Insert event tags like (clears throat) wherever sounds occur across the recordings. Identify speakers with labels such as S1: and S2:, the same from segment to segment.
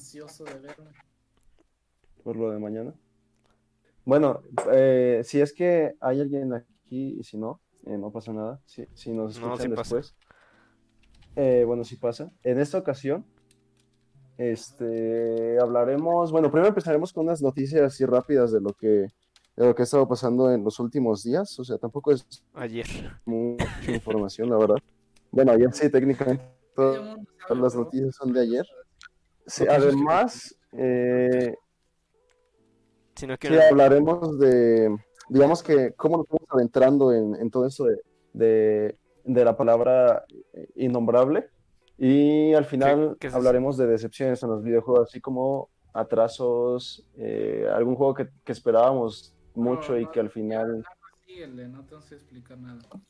S1: ansioso de verla.
S2: Por lo de mañana. Bueno, eh, si es que hay alguien aquí y si no, eh, no pasa nada. Si, si nos
S3: No,
S2: escuchan
S3: sí pasa.
S2: después. Eh, bueno, sí pasa. En esta ocasión, este, hablaremos. Bueno, primero empezaremos con unas noticias así rápidas de lo que de lo que ha estado pasando en los últimos días. O sea, tampoco es
S3: Ayer.
S2: mucha información, la verdad. Bueno, ya sí, técnicamente. todo-
S1: Todo el mundo sabe,
S2: Todas las
S1: pero-
S2: noticias son de ayer. Sí,
S4: Noticias que-
S2: además, eh,
S3: Si no
S2: sí,
S3: quiero.
S2: hablaremos de, digamos que, cómo nos estamos adentrando en, en todo eso de, de- de la palabra eh, innombrable. Y al final
S3: ¿Qué- qué es eso?
S2: hablaremos de decepciones en los videojuegos, así como atrasos, eh, algún juego que, que esperábamos mucho y que al final
S1: Síguele, no tengo que explicar nada.
S2: pues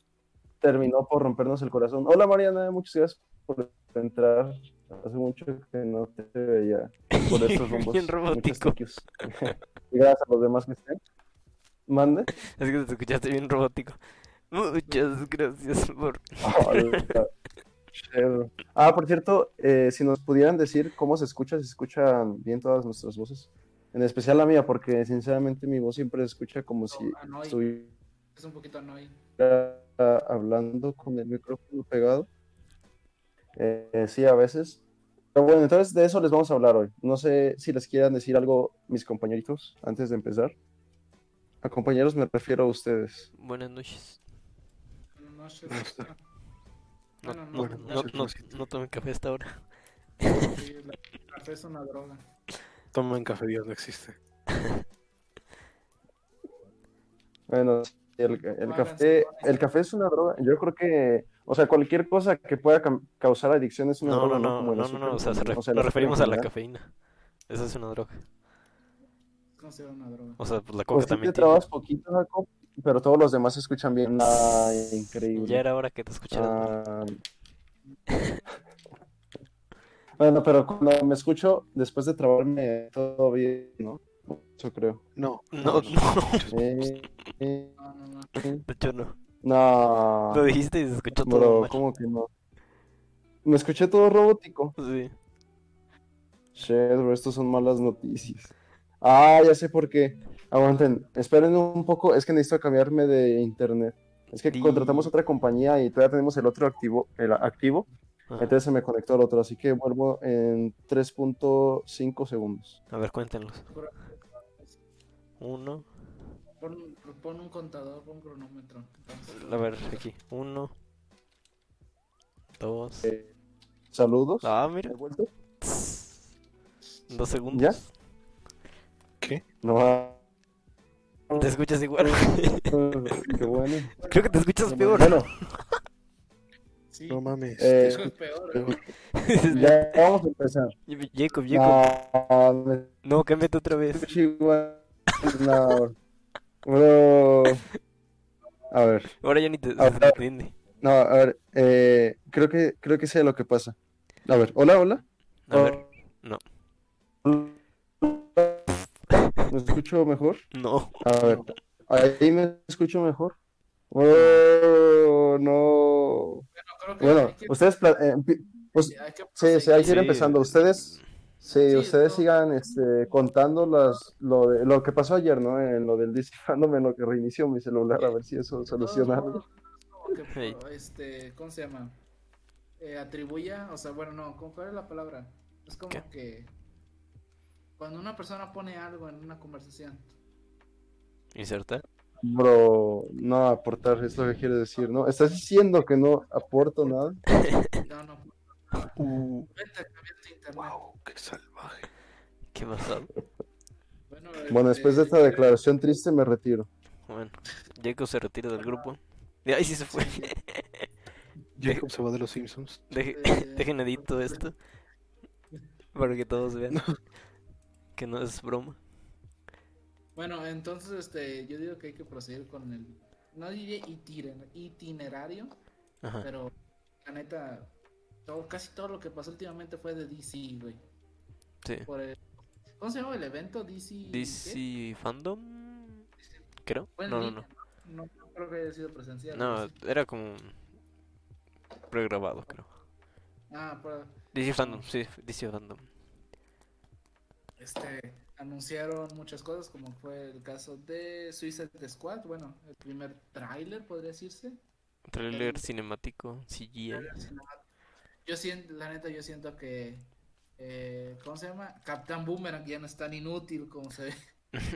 S2: terminó por rompernos el corazón. Hola Mariana, muchas gracias por entrar. Hace mucho que no te veía
S3: (laughs)
S2: por estos rumbos.
S3: Bien
S2: Muchas
S3: robótico.
S2: thank yous. y (laughs) gracias a los demás que estén. Mande.
S3: Es que te escuchaste bien robótico. Muchas gracias por.
S2: Hola. Chévere. ah, por cierto, eh, si nos pudieran decir cómo se escucha, si escuchan bien todas nuestras voces. En especial la mía, porque sinceramente mi voz siempre se escucha como si
S1: Ah, no, y-
S2: estuviera
S1: Es un poquito annoying.
S2: hablando con el micrófono pegado. Eh, sí, a veces. Pero bueno, entonces de eso les vamos a hablar hoy. No sé si les quieran decir algo mis compañeritos antes de empezar. A compañeros me refiero a ustedes.
S3: Buenas noches.
S1: No sé.
S3: No,
S1: Bueno, no,
S3: no, no,
S4: muchas
S3: no,
S4: gracias.
S3: no tomé café hasta ahora.
S1: Sí, la- el café es una droga.
S4: Toma en café, Dios no existe.
S2: Bueno, el, el café, el café es una droga. Yo creo que, o sea, cualquier cosa que pueda cam- causar adicción es una
S3: No,
S2: droga.
S3: no, no,
S2: Como
S3: no,
S2: el
S3: no,
S2: azúcar,
S3: no, o sea, se re-
S2: el
S3: nos referimos a
S2: azúcar en
S3: la
S2: general.
S3: cafeína. Esa es una droga.
S1: Es considerada una droga.
S3: O sea, pues la coca
S2: Pues sí te
S3: también. tiene.
S2: trabas poquito, Jacob, pero todos los demás se escuchan bien. Ay, increíble.
S3: Ya era hora que te escucharas. mal.
S2: Ah. bueno, pero cuando me escucho, después de trabarme todo bien, ¿no? Eso creo.
S3: (laughs)
S4: No,
S3: No, no,
S2: Eh, eh,
S1: No, no, no.
S3: de hecho no.
S2: no,
S3: Lo dijiste y se escuchó todo
S2: bro,
S3: mal.
S2: ¿cómo que no? Me escuché todo robótico.
S3: Sí.
S2: Shit, bro, estos son malas noticias. Ah, ya sé por qué. Aguanten, esperen un poco, es que necesito cambiarme de internet. Es que
S3: Sí.
S2: contratamos otra compañía y todavía tenemos el otro activo, el activo.
S3: Ajá.
S2: Entonces se me conectó al otro, así que vuelvo en 3.5 segundos.
S3: A ver, cuéntenlos. Uno,
S1: Pon, pon un contador, pon un cronómetro.
S3: a ver, aquí. Uno, dos.
S2: Saludos.
S3: Ah,
S2: ¿Me
S3: mira.
S2: he vuelto?
S3: Dos segundos.
S4: ¿Qué?
S2: No. ah. (laughs)
S3: Te escuchas igual. (laughs)
S2: Qué bueno.
S3: Creo que te escuchas peor. (laughs)
S2: Bueno,
S1: Sí,
S4: No mames.
S2: Eh,
S1: eso
S4: Disculpa,
S1: es peor.
S4: pero-
S1: ¿eh?
S2: ya vamos a empezar.
S3: Jacob, Jacob.
S2: Ah, me
S3: No, cámbiate otra vez.
S2: escucho igual. No. Bro. A ver,
S3: Ahora ya ni te,
S2: Ah,
S3: se
S2: claro.
S3: entiende.
S2: no, a ver, eh, creo que creo que sé lo que pasa. A ver, hola, hola.
S3: A ver, no.
S2: ¿Me escucho mejor?
S3: no.
S2: A ver, ahí me escucho mejor. Oh, no.
S1: No, creo que
S2: Bueno,
S1: hay que-
S2: ustedes, pla- eh, pi- pues,
S1: hay que
S2: sí, sí, hay que ir
S3: Sí.
S2: empezando. Ustedes, sí,
S1: Sí,
S2: ustedes
S1: no.
S2: sigan este, contando las, lo, de- lo que pasó ayer, ¿no? En lo del DC Fandom, en lo que reinició mi celular, a ver si
S1: Oh,
S2: eso soluciona
S1: No,
S2: algo.
S1: no, no, que,
S3: Hey.
S1: este, ¿cómo se llama? Eh, atribuya, o sea, bueno, no, ¿cómo- ¿cuál es la palabra? Es como
S3: ¿Qué?
S1: que cuando una persona pone algo en una conversación,
S3: Inserta.
S2: Bro, no aportar, es lo que quiere decir, ¿no? Estás diciendo que no aporto nada.
S1: no, no,
S2: Uh.
S1: vete a cambiar tu internet.
S2: Oh,
S4: Wow, qué salvaje.
S3: ¿Qué pasó?
S1: Bueno,
S2: Bueno,
S1: este,
S2: después de esta declaración triste me retiro.
S3: Bueno, Jacob se retira del grupo. Y ahí sí se fue.
S4: Jacob se va de los Simpsons.
S3: (laughs) Deje- (laughs)
S1: Eh.
S3: dejen edito esto. Para que todos vean. Que no es broma.
S1: Bueno, entonces, este, yo digo que hay que proseguir con el, no diría itiner- itinerario,
S3: Ajá.
S1: pero la neta, todo, casi todo lo que pasó últimamente fue de DC, güey.
S3: Sí.
S1: por el- ¿Cómo se llama el evento? DC. ¿qué?
S3: DC Fandom. Creo.
S1: Fue en
S3: No, no,
S1: línea,
S3: no.
S1: Pues no. No creo que haya sido presencial. pues,
S3: No,
S1: sí.
S3: era como. Pregrabado, creo.
S1: Ah, pero-
S3: DC Fandom, sí, DC Fandom.
S1: este, anunciaron muchas cosas, como fue el caso de Suicide Squad, bueno, el primer tráiler, podría decirse.
S3: Trailer cinemático, CGI.
S1: Yo siento, la neta, yo siento que, eh, ¿cómo se llama? Captain Boomerang ya no es tan inútil como
S3: (laughs)
S1: se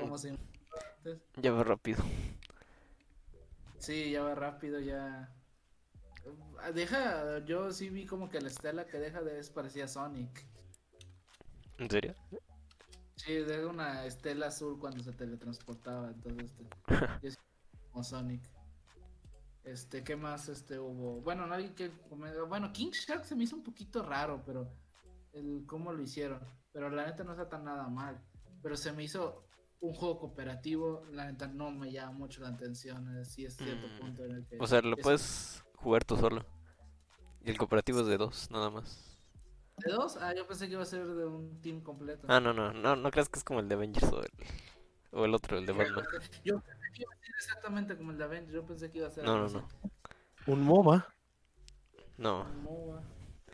S1: como se... Entonces,
S3: Ya va rápido. (laughs)
S1: sí, ya va rápido, ya... Deja, yo sí vi como que la estela que deja de es parecía Sonic.
S3: ¿En serio?
S1: Sí, deja una estela azul cuando se teletransportaba, entonces este,
S3: (laughs)
S1: yo sí, como Sonic. Este, ¿qué más este hubo? Bueno, no hay que comer- bueno, King Shark se me hizo un poquito raro, pero el cómo lo hicieron, pero la neta no está tan nada mal, pero se me hizo un juego cooperativo, la neta no me llama mucho la atención, eh, sí es cierto
S3: Mm.
S1: punto en el que
S3: O sea, lo
S1: es-
S3: puedes jugar tú solo. Y el cooperativo es de dos, nada más.
S1: de dos, ah, yo pensé que iba a ser de un team completo.
S3: Ah, no, no, no, no creas que es como el de Avengers o el, o el otro, el de Batman.
S1: Yo pensé que iba a ser exactamente como el de Avengers, yo pensé que iba a ser
S3: No,
S1: algo
S3: no,
S1: así.
S3: no.
S4: Un MOBA.
S3: No.
S1: MOBA.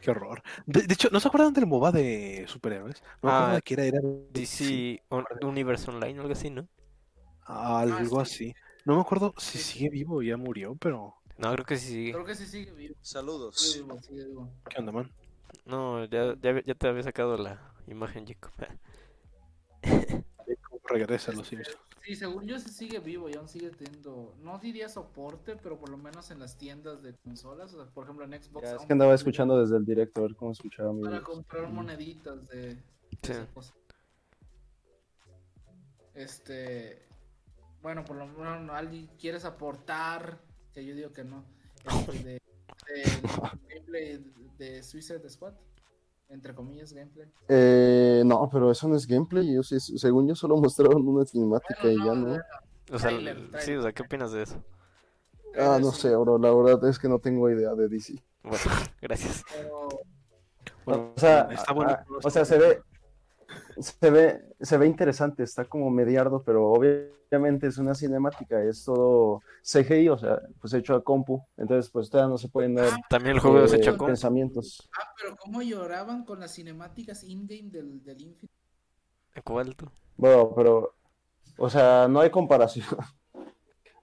S4: Qué horror. De, de hecho, ¿no se acuerdan del MOBA de superhéroes? No me acuerdo
S3: Ah,
S4: de qué era. Era
S3: DC Un- Universe Online, algo así, ¿no?
S4: algo
S1: Ah,
S4: así. No me acuerdo si sigue vivo o ya murió, pero.
S3: No, creo que sí sigue.
S1: Creo que sí sigue vivo.
S5: Saludos.
S1: sigue vivo, sigue vivo.
S4: ¿Qué onda, man?
S3: No, ya, ya, ya te había sacado la imagen, Jacob. (laughs)
S4: ¿Cómo regresa los Simpsons?
S1: Sí, según yo sí sigue vivo y aún sigue teniendo, no diría soporte, pero por lo menos en las tiendas de consolas, o sea, por ejemplo en Xbox.
S2: Ya, es
S1: aún
S2: que andaba
S1: puedes
S2: escuchando desde el directo a ver cómo escuchaba mi
S1: Para
S2: voz.
S1: comprar moneditas de, de
S3: Sí.
S1: esa cosa. Este, bueno, por lo menos no, alguien quieres aportar, que yo digo que no, este, de,
S2: (laughs)
S1: del gameplay de Suicide Squad, entre comillas gameplay.
S2: Eh, no, pero eso no es gameplay. ellos sí- según yo, solo mostraron una cinemática y ya no.
S3: O sea,
S1: Trailer,
S3: el- sí,
S1: trailer.
S3: o sea, ¿qué opinas de eso?
S2: Ah, no sé, bro. La verdad es que no tengo idea de DC.
S3: Bueno, (laughs) gracias.
S1: Pero
S4: Bueno,
S2: o sea,
S4: está bueno,
S2: ah,
S4: pero
S2: o sea,
S4: está
S2: se
S4: bueno.
S2: ve, se ve, se ve interesante, está como mediardo, pero obviamente es una cinemática, es todo CGI, o sea, pues hecho a compu, entonces pues todavía no se pueden dar
S3: También el juego es
S2: eh,
S3: hecho con...
S2: pensamientos.
S1: Ah, pero cómo lloraban con las cinemáticas in-game del, del Infinite.
S3: ¿Cuál tú?
S2: Bueno, pero, o sea, no hay comparación. (laughs)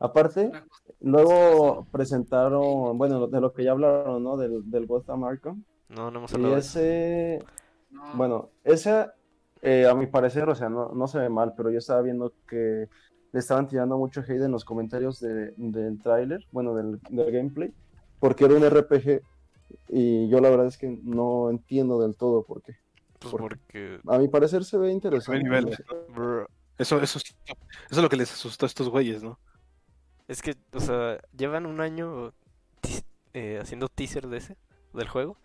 S2: Aparte,
S1: Una cosa-
S2: luego presentaron, bueno, de lo que ya hablaron, ¿no? Del, del Gotham Arkham.
S3: No, no hemos
S2: Y
S3: hablado de eso.
S2: ese,
S1: no,
S2: Bueno, esa, eh, a mi parecer, o sea, no, no se ve mal, pero yo estaba viendo que le estaban tirando mucho hate en los comentarios de- del tráiler, bueno, del, del gameplay, porque era un RPG y yo la verdad es que no entiendo del todo por qué.
S3: Pues
S2: ¿por
S3: porque...
S2: A mi parecer se ve interesante.
S4: Nivel, eh,
S2: no sé.
S3: bro,
S4: Eso, eso, sí- eso es lo que les asustó a estos güeyes, ¿no?
S3: Es que, o sea, llevan un año tis- eh, haciendo teaser de ese, del juego,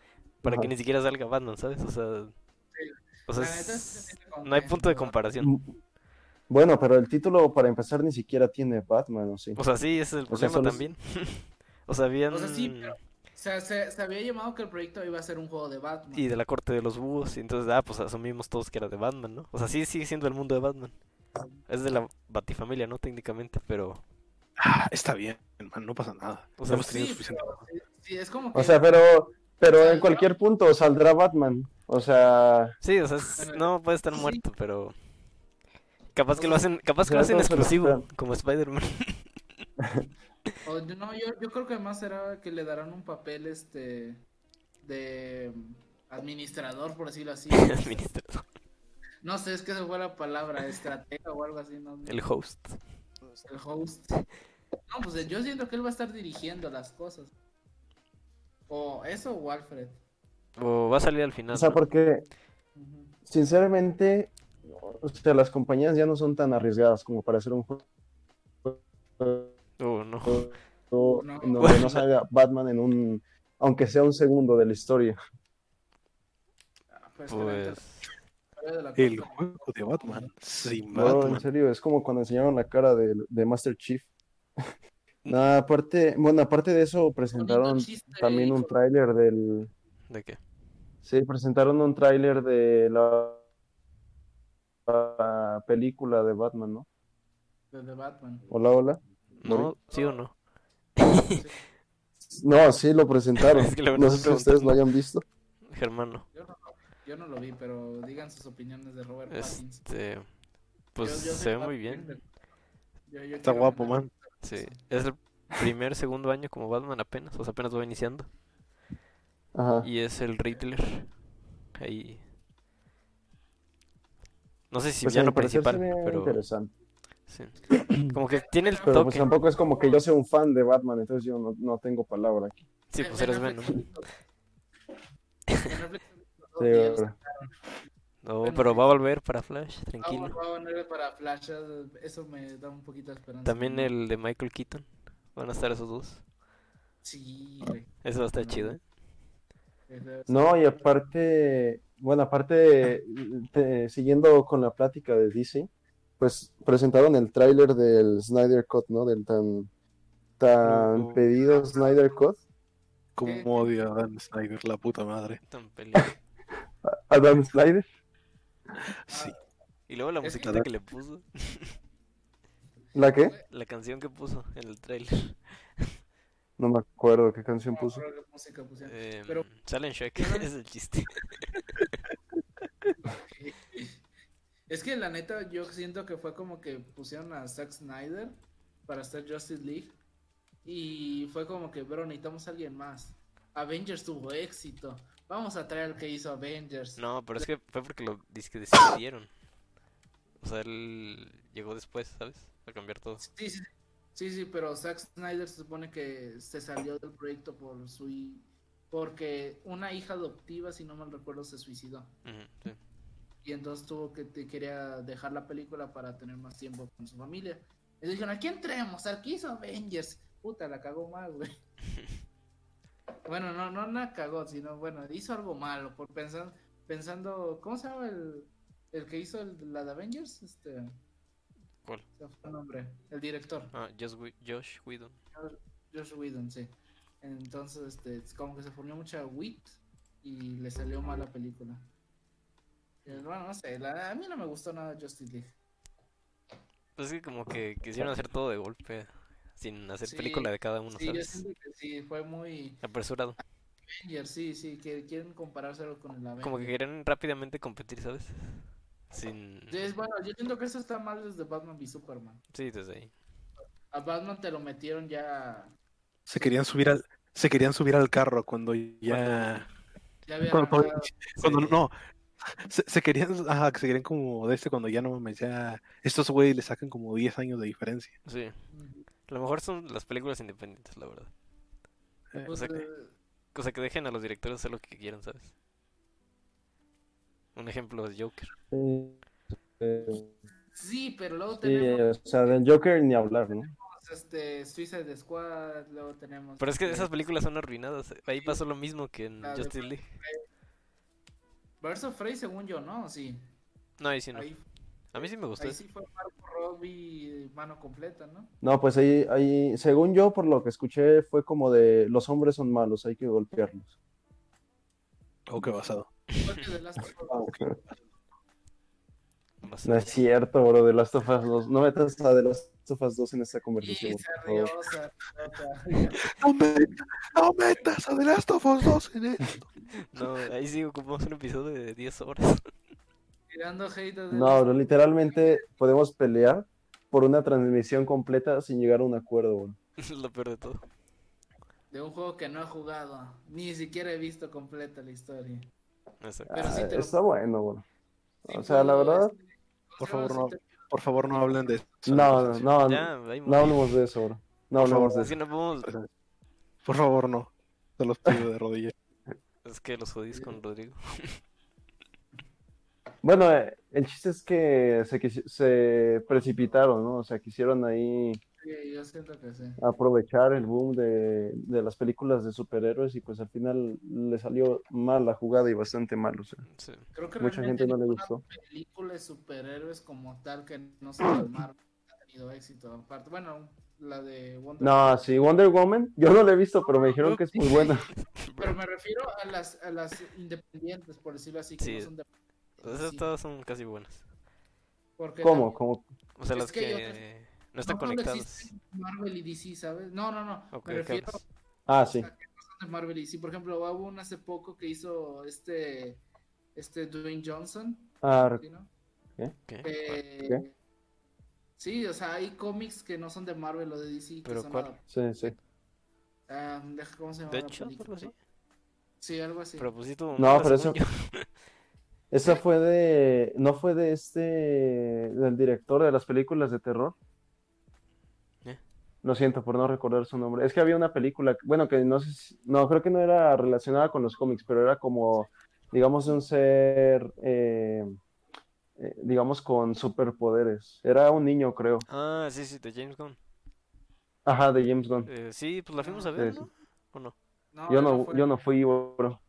S3: para que
S2: Ajá.
S3: ni siquiera salga Batman, ¿sabes? O sea, o sea
S1: la neta
S3: es-
S1: sí tiene
S3: no hay punto de
S1: contenido.
S2: Mm.
S3: comparación.
S2: Bueno, pero el título para empezar ni siquiera tiene Batman, ¿o sí?
S3: O sea, sí, ese es el
S2: O sea,
S3: problema
S2: solo es-
S3: también. (laughs) o sea, habían...
S1: O sea, sí, pero- O sea, se, se había llamado que el proyecto iba a ser un juego de Batman.
S3: Y de la corte de los búhos, y entonces, ah, pues asumimos todos que era de Batman, ¿no? O sea, sí sigue siendo el mundo de Batman. Es de la Batifamilia, ¿no? Técnicamente, pero...
S4: Ah, está bien, man, no pasa nada.
S2: Pues
S3: O sea,
S4: Hemos tenido
S1: sí,
S4: suficiente.
S1: Sí, sí, es como que
S2: O sea, pero, pero en cualquier punto saldrá Batman, o sea...
S3: Sí, o sea, es-
S1: Bueno,
S3: no puede estar
S1: sí.
S3: muerto, pero capaz que
S1: O
S3: lo
S1: sea,
S3: hacen, capaz que lo hacen
S2: Pero- pero-
S3: exclusivo,
S2: pero-
S3: como Spider-Man. (laughs)
S1: o- no, yo, yo creo que más será que le darán un papel este de administrador, por decirlo
S3: (laughs)
S1: así.
S3: el administrador,
S1: No sé, es que esa fue la palabra, estratega o algo así, ¿no?
S3: el host.
S1: el host. No, pues yo siento que él va a estar dirigiendo las cosas. O eso o Alfred.
S3: O va a salir al final.
S2: O sea,
S3: ¿no?
S2: porque
S1: Ujú.
S2: sinceramente, o sea, las compañías ya no son tan arriesgadas como para hacer un juego
S3: Oh, no.
S1: No.
S2: en donde no salga Batman en un, aunque sea un segundo de la historia.
S1: Ah, pues, que la neta, la
S3: Pues
S1: historia de la
S4: El
S1: cosa-
S4: juego de Batman sin
S2: No, en
S4: Batman.
S2: serio, es como cuando enseñaron la cara de, de Master Chief. (laughs) Nada, aparte, bueno, aparte de eso, presentaron
S1: Bonito chiste,
S2: también un
S1: hijo.
S2: tráiler del,
S3: ¿de qué?
S2: sí, presentaron un tráiler de la, la película de Batman, ¿no?
S1: de- de Batman.
S2: Hola, hola.
S3: ¿No? ¿Sí
S2: (laughs)
S3: o no?
S1: Sí,
S2: No, sí, lo presentaron.
S3: (laughs) Es que la verdad
S2: no sé si
S3: estoy
S2: ustedes
S3: preguntando.
S2: lo hayan visto.
S3: Germano.
S1: yo no- Yo no lo vi, pero digan sus opiniones de Robert Pattinson.
S3: Este, pues
S1: Yo- yo
S3: se
S1: soy
S3: ve
S1: Pat
S3: muy bien.
S1: Kilmer. Yo- yo
S4: Está
S1: quiero
S4: guapo,
S1: ganar.
S4: man.
S3: Sí, es el primer, segundo año como Batman apenas, o sea, apenas va iniciando.
S2: Ajá.
S3: Y es el Riddler. Ahí. No sé si
S2: Pues, a
S3: villano
S2: mi parecer se
S3: principal,
S2: ve
S3: pero
S2: Interesante. (clears throat)
S3: sí. Como que tiene el
S2: Pero pues
S3: toque.
S2: tampoco es como que yo sea un fan de Batman, entonces yo no, no tengo palabra aquí.
S3: Sí,
S1: Ben-
S3: pues eres
S1: Ben
S3: Venom. (laughs)
S1: Affleck- Ben Affleck-
S2: Sí,
S1: Ya lo
S2: ahora.
S3: No,
S1: Venom.
S3: pero va a volver para Flash,
S1: Vamos,
S3: tranquilo.
S1: vamos a ponerle para Flash, eso me da un poquito de esperanza.
S3: También el de Michael Keaton. Van a estar esos dos.
S1: Sí, güey. Ah,
S3: Eso va a estar chido, ¿eh?
S2: No, y aparte, bueno, aparte, te- siguiendo con la plática de DC, pues presentaron el tráiler del Snyder Cut, ¿no? Del tan, tan
S3: Ujú.
S2: pedido Snyder Cut.
S1: ¿Qué?
S4: (laughs) Como odio a Dan Snyder, la puta madre.
S3: Tan peleado.
S2: Adam Snyder.
S4: Sí.
S3: Y luego la
S1: Es que-
S3: musiquita que le puso,
S2: ¿La qué?
S3: la canción que puso en el trailer.
S2: No me acuerdo qué canción
S1: No,
S2: puso.
S1: pero la música pusieron.
S3: Eh,
S1: Pero-
S3: Sale en Shrek, (laughs)
S1: Pero-
S3: es el chiste.
S1: Es que la neta, yo siento que fue como que pusieron a Zack Snyder para hacer Justice League. Y fue como que, pero necesitamos a alguien más. Avengers tuvo éxito. Vamos a traer al que hizo Avengers.
S3: No, pero es que fue porque lo dizque decidieron. O sea, él llegó después, ¿sabes? A cambiar todo.
S1: Sí, sí, sí, sí, pero Zack Snyder se supone que se salió del proyecto por su hi- porque una hija adoptiva, si no mal recuerdo, se suicidó
S3: Ujú, sí.
S1: y entonces tuvo que te quería dejar la película para tener más tiempo con su familia. Y dijeron, ¿a quién traemos? ¿Al que hizo Avengers? Puta, la cagó mal, güey. bueno, no, no la cagó, sino, bueno, hizo algo malo por pensar, pensando, ¿cómo se llama el, el que hizo el- la de Avengers? Este,
S3: ¿Cuál?
S1: se fue el nombre, el director.
S3: Ah, Josh, Whe- Josh Whedon.
S1: Josh Whedon, sí. Entonces, este, es como que se formó mucha wit y le salió mal la película. Eh, Bueno, no sé, la- a mí no me gustó nada Justice League.
S3: Pues es que como que quisieron hacer todo de golpe, sin hacer
S1: Sí,
S3: película de cada uno,
S1: sí, yo
S3: ¿sabes?
S1: siento que sí, fue muy
S3: Apresurado.
S1: Avenger, sí, sí, que quieren comparárselo con el Avenger.
S3: Como que querían rápidamente competir, ¿sabes? Sin...
S1: Es- bueno, yo siento que eso está mal desde Batman v Superman.
S3: Sí, desde ahí.
S1: A Batman te lo metieron ya...
S4: Se querían subir al, se querían subir al carro cuando ya.
S1: Ya había
S4: Cuando-
S1: arrancado.
S4: Cuando
S3: Sí.
S4: no. Se, se querían, ajá, se querían como de este cuando ya no mames, ya. Estos güeyes le sacan como 10 años de diferencia.
S3: Sí. A lo mejor son las películas independientes, la verdad.
S4: Eh,
S1: Pues,
S3: o sea que-
S1: eh,
S3: O sea, que dejen a los directores hacer lo que quieran, ¿sabes? Un ejemplo es Joker.
S2: Sí, eh,
S1: sí, pero luego
S2: sí, eh.
S1: tenemos
S2: o sea, del Joker ni hablar, ¿no?
S1: este, Suicide Squad, luego tenemos...
S3: Pero es que
S1: este,
S3: esas películas son arruinadas. Ahí pasó lo mismo que en
S1: Ah, de
S3: Justice League.
S1: Birds of Prey, según yo, ¿no? Sí.
S3: No, ahí sí no.
S1: Ahí,
S3: A mí sí me gustó.
S1: ahí
S3: eso.
S1: sí fue Marco Robbie, eh, mano completa, ¿no?
S2: No, pues ahí, ahí, según yo, por lo que escuché, fue como de los hombres son malos, hay que golpearlos.
S4: oh, qué basado.
S1: Fue que The
S2: (laughs)
S1: Last of Us-
S3: Bastante.
S2: No es cierto, bro, de Last of Us 2. No metas a de Last of Us 2 en esta conversación.
S1: Sí, se
S2: por
S1: rió,
S2: favor.
S1: se rió, se rió.
S4: No, metas- no metas a The Last of Us 2 en e-, esto.
S3: No, ahí sí ocupamos un episodio de 10 horas.
S1: (laughs)
S3: (laughs)
S1: Tirando hate a The
S2: No,
S1: Last
S2: bro, literalmente podemos pelear por una transmisión completa sin llegar a un acuerdo, bro.
S3: Es lo peor de todo.
S1: de un juego que no he jugado, ni siquiera he visto completa la historia.
S3: Exacto.
S1: Pero sí
S2: Ah,
S1: te lo-
S2: Está bueno, bro.
S1: Sí
S2: O sea, la
S1: puedo,
S2: verdad,
S1: este,
S4: (laughs) Por
S1: ¿cómo se
S4: favor, no,
S1: llama?
S4: por favor, no hablen de esto.
S2: no, no, no, no,
S3: Ya, ahí
S2: no hablemos de eso, bro. No
S4: Por
S2: hablemos de
S3: Es
S2: eso.
S3: que no podemos...
S4: Por favor, no. Te (laughs) los pido de rodillas.
S3: Es que los jodís con Rodrigo.
S2: Bueno, eh, el chiste es que se, quisi- se precipitaron, ¿no? O sea, quisieron ahí
S1: Sí, yo siento que sí.
S2: aprovechar el boom de, de las películas de superhéroes y pues al final le salió mal la jugada y bastante mal, o sea,
S3: Sí.
S1: Creo que
S2: mucha
S1: realmente
S2: gente no le
S1: ninguna
S2: gustó.
S1: película de superhéroes como tal que no se llamaron ha tenido éxito. Aparte, bueno, la de Wonder
S2: No, sí, Wonder Woman, yo no la he visto, pero me dijeron que es muy buena.
S1: Pero me refiero a las, a las independientes, por decirlo así, que
S3: Sí. Pues
S1: no son de-
S3: Esas
S1: sí,
S3: todas son casi buenas.
S1: porque
S2: ¿Cómo?
S1: también-
S2: ¿Cómo?
S3: O sea,
S1: Es
S3: las
S1: que
S3: que,
S1: yo-
S3: no están
S1: no solo
S3: conectadas.
S1: existen Marvel y DC, ¿sabes? No, no, no.
S3: Ok,
S1: me
S3: ¿qué
S1: refiero
S3: hablas?
S2: Ah, sí.
S1: a que no son de Marvel y DC. Por ejemplo, hubo una hace poco que hizo este este Dwayne Johnson,
S5: Ah, re-
S1: ¿sí, no?
S3: ¿Qué?
S1: Eh,
S2: ¿Qué?
S1: Sí, o sea, hay cómics que no son de Marvel o de DC. Que
S3: ¿Pero
S1: son
S3: cuál?
S1: adap-
S2: Sí, sí.
S1: ah, deja- ¿Cómo se llama?
S3: ¿De
S1: la
S3: hecho?
S1: película?
S3: algo así?
S1: Sí, algo así.
S3: Pero pues, pusiste un
S2: No,
S3: manga,
S2: pero
S3: según
S2: eso-
S3: yo.
S2: Esa fue de. No fue de este. Del director de las películas de terror.
S3: ¿Eh?
S2: Lo siento por no recordar su nombre. Es que había una película. Bueno, que no sé. si- no, creo que no era relacionada con los cómics, pero era como. Digamos, de un ser. eh, eh, digamos, con superpoderes. Era un niño, creo.
S3: Ah, sí, sí, de James Gunn.
S2: Ajá, de James Gunn.
S3: Eh, sí, pues la fuimos a ver,
S2: Sí, sí.
S3: ¿no? ¿O no?
S1: No,
S2: Yo
S1: él
S2: no,
S1: fue.
S2: yo no fui, bro.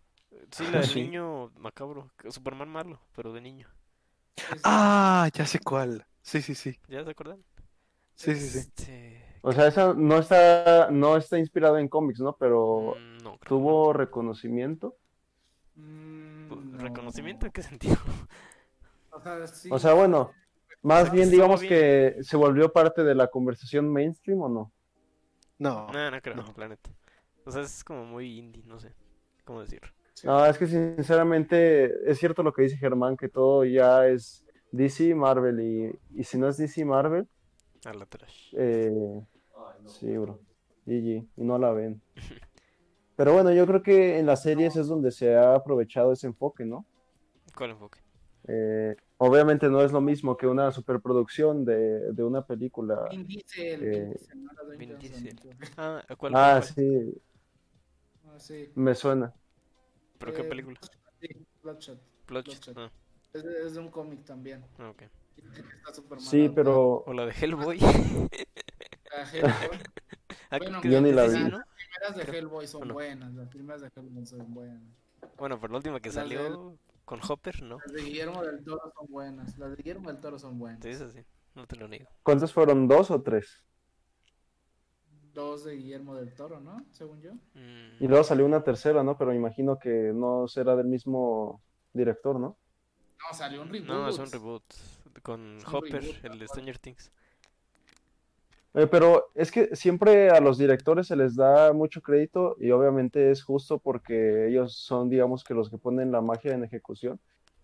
S3: Sí, la del
S4: Sí.
S3: niño macabro. que- Superman malo, pero de niño.
S1: Es-
S4: Ah, ya sé cuál. Sí, sí, sí.
S3: ¿Ya se acuerdan?
S4: Sí, sí, sí.
S3: Este,
S2: O sea, esa no está. No está inspirada en cómics, ¿no? Pero.
S3: mm, No, creo que no.
S2: Tuvo reconocimiento.
S1: Mm,
S3: Pues,
S1: no.
S3: ¿Reconocimiento? ¿En qué sentido?
S1: O sea, sí.
S2: O sea, bueno, más bien
S3: Estuvo
S2: digamos
S3: bien.
S2: que se volvió parte de la conversación mainstream o no.
S4: No.
S3: (laughs) No, no creo,
S4: no.
S3: la neta. O sea, es como muy indie, no sé cómo decir.
S1: sí.
S2: No, es que sinceramente es cierto lo que dice Germán, que todo ya es DC, Marvel y, y si no es DC, Marvel,
S3: A la trash.
S2: eh, sí, bro, GG, y no la
S3: (laughs)
S2: ven. Pero bueno, yo creo que en las series es donde se ha aprovechado ese enfoque, ¿no?
S3: ¿Cuál enfoque?
S2: Eh, obviamente no es lo mismo que una superproducción de, de una película.
S1: Vin Diesel,
S2: Eh,
S1: Vin Diesel, no era Dwayne
S3: Vin
S1: Johnson,
S3: Diesel.
S1: creo.
S3: Ah, ¿a ¿cuál?
S2: Ah,
S3: cuál?
S2: sí,
S1: Ah, sí.
S2: me suena.
S3: ¿Pero qué
S1: Eh,
S3: película?
S1: Sí, Bloodshot.
S3: Bloodshot.
S1: Bloodshot.
S3: Ah,
S1: Es de, es de un cómic también.
S3: ah, ok.
S1: Está súper
S2: Sí,
S1: malado.
S2: pero...
S3: O
S1: Ah,
S3: la de Hellboy. (laughs)
S1: La Hellboy,
S3: Ah,
S1: Bueno,
S3: que-
S2: Yo ni la
S3: sí,
S2: vi.
S3: ¿no?
S1: Las primeras de
S3: Creo-
S1: Hellboy son
S3: bueno.
S1: buenas, las primeras de Hellboy son buenas.
S3: Bueno, pero la última que
S1: La de-
S3: salió con Hopper, ¿no?
S1: Las de Guillermo del Toro son buenas, las de Guillermo del Toro son buenas.
S3: Te dices así. No te lo niego.
S2: ¿Cuántas fueron? ¿Dos o tres?
S1: Dos de Guillermo del Toro, ¿no? Según yo.
S3: Mm,
S2: Y luego salió una tercera, ¿no? Pero me imagino que no será del mismo director, ¿no?
S1: No, salió un reboot.
S3: no, es un reboot. Con
S1: Es un
S3: Hopper,
S1: reboot,
S3: el de
S1: tal cual.
S3: Stranger Things.
S2: Eh, pero es que siempre a los directores se les da mucho crédito y obviamente es justo porque ellos son, digamos, que los que ponen la magia en ejecución.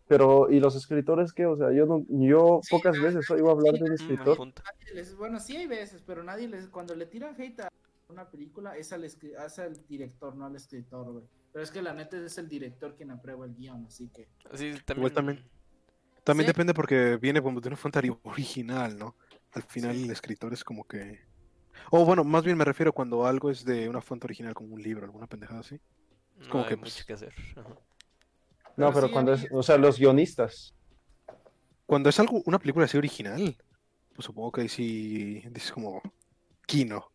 S2: Pero, ¿y los escritores qué? O sea, yo, no- yo
S1: Sí,
S2: pocas
S1: ah,
S2: veces oigo hablar de un
S3: Mm, buen
S2: escritor.
S3: punto.
S1: Nadie les- Bueno, sí hay veces, pero nadie les. Cuando le tiran hate a una película, es al, escri- es al director, no al escritor, güey. Pero es que la neta es el director quien aprueba el guión, así
S3: (laughs)
S1: que.
S3: Sí, también.
S4: también. También
S1: Sí.
S4: depende porque viene como de una fuente ori- original, ¿no? Al final
S1: Sí.
S4: el escritor es como que... O bueno, más bien me refiero cuando algo es de una fuente original, como un libro, alguna pendejada así.
S3: No
S4: como
S3: hay
S4: que,
S3: mucho
S4: pues,
S3: que hacer. ajá. (laughs)
S2: No,
S1: Pero
S2: pero
S1: sí,
S2: cuando
S1: a
S2: es,
S1: mí-
S2: o sea, los guionistas.
S4: Cuando es algo, una película así original, pues supongo que ahí sí dices como... Kino.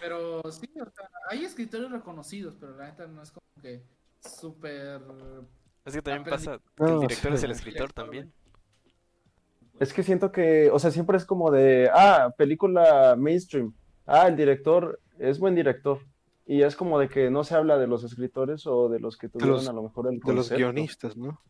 S1: Pero sí, o sea, hay escritores reconocidos, pero la neta no es como que súper.
S3: Es que también
S1: Aprendí-
S3: pasa.
S2: No,
S3: El director
S2: sí.
S3: es el
S1: El
S3: escritor
S1: Ah, director,
S3: también.
S2: Es que siento que, o sea, siempre es como de, ah, película mainstream. Ah, el director es buen director. Y es como de que no se habla de los escritores o de los que tuvieron
S4: los-
S2: a lo mejor el
S4: De los
S2: concepto.
S4: guionistas, ¿no?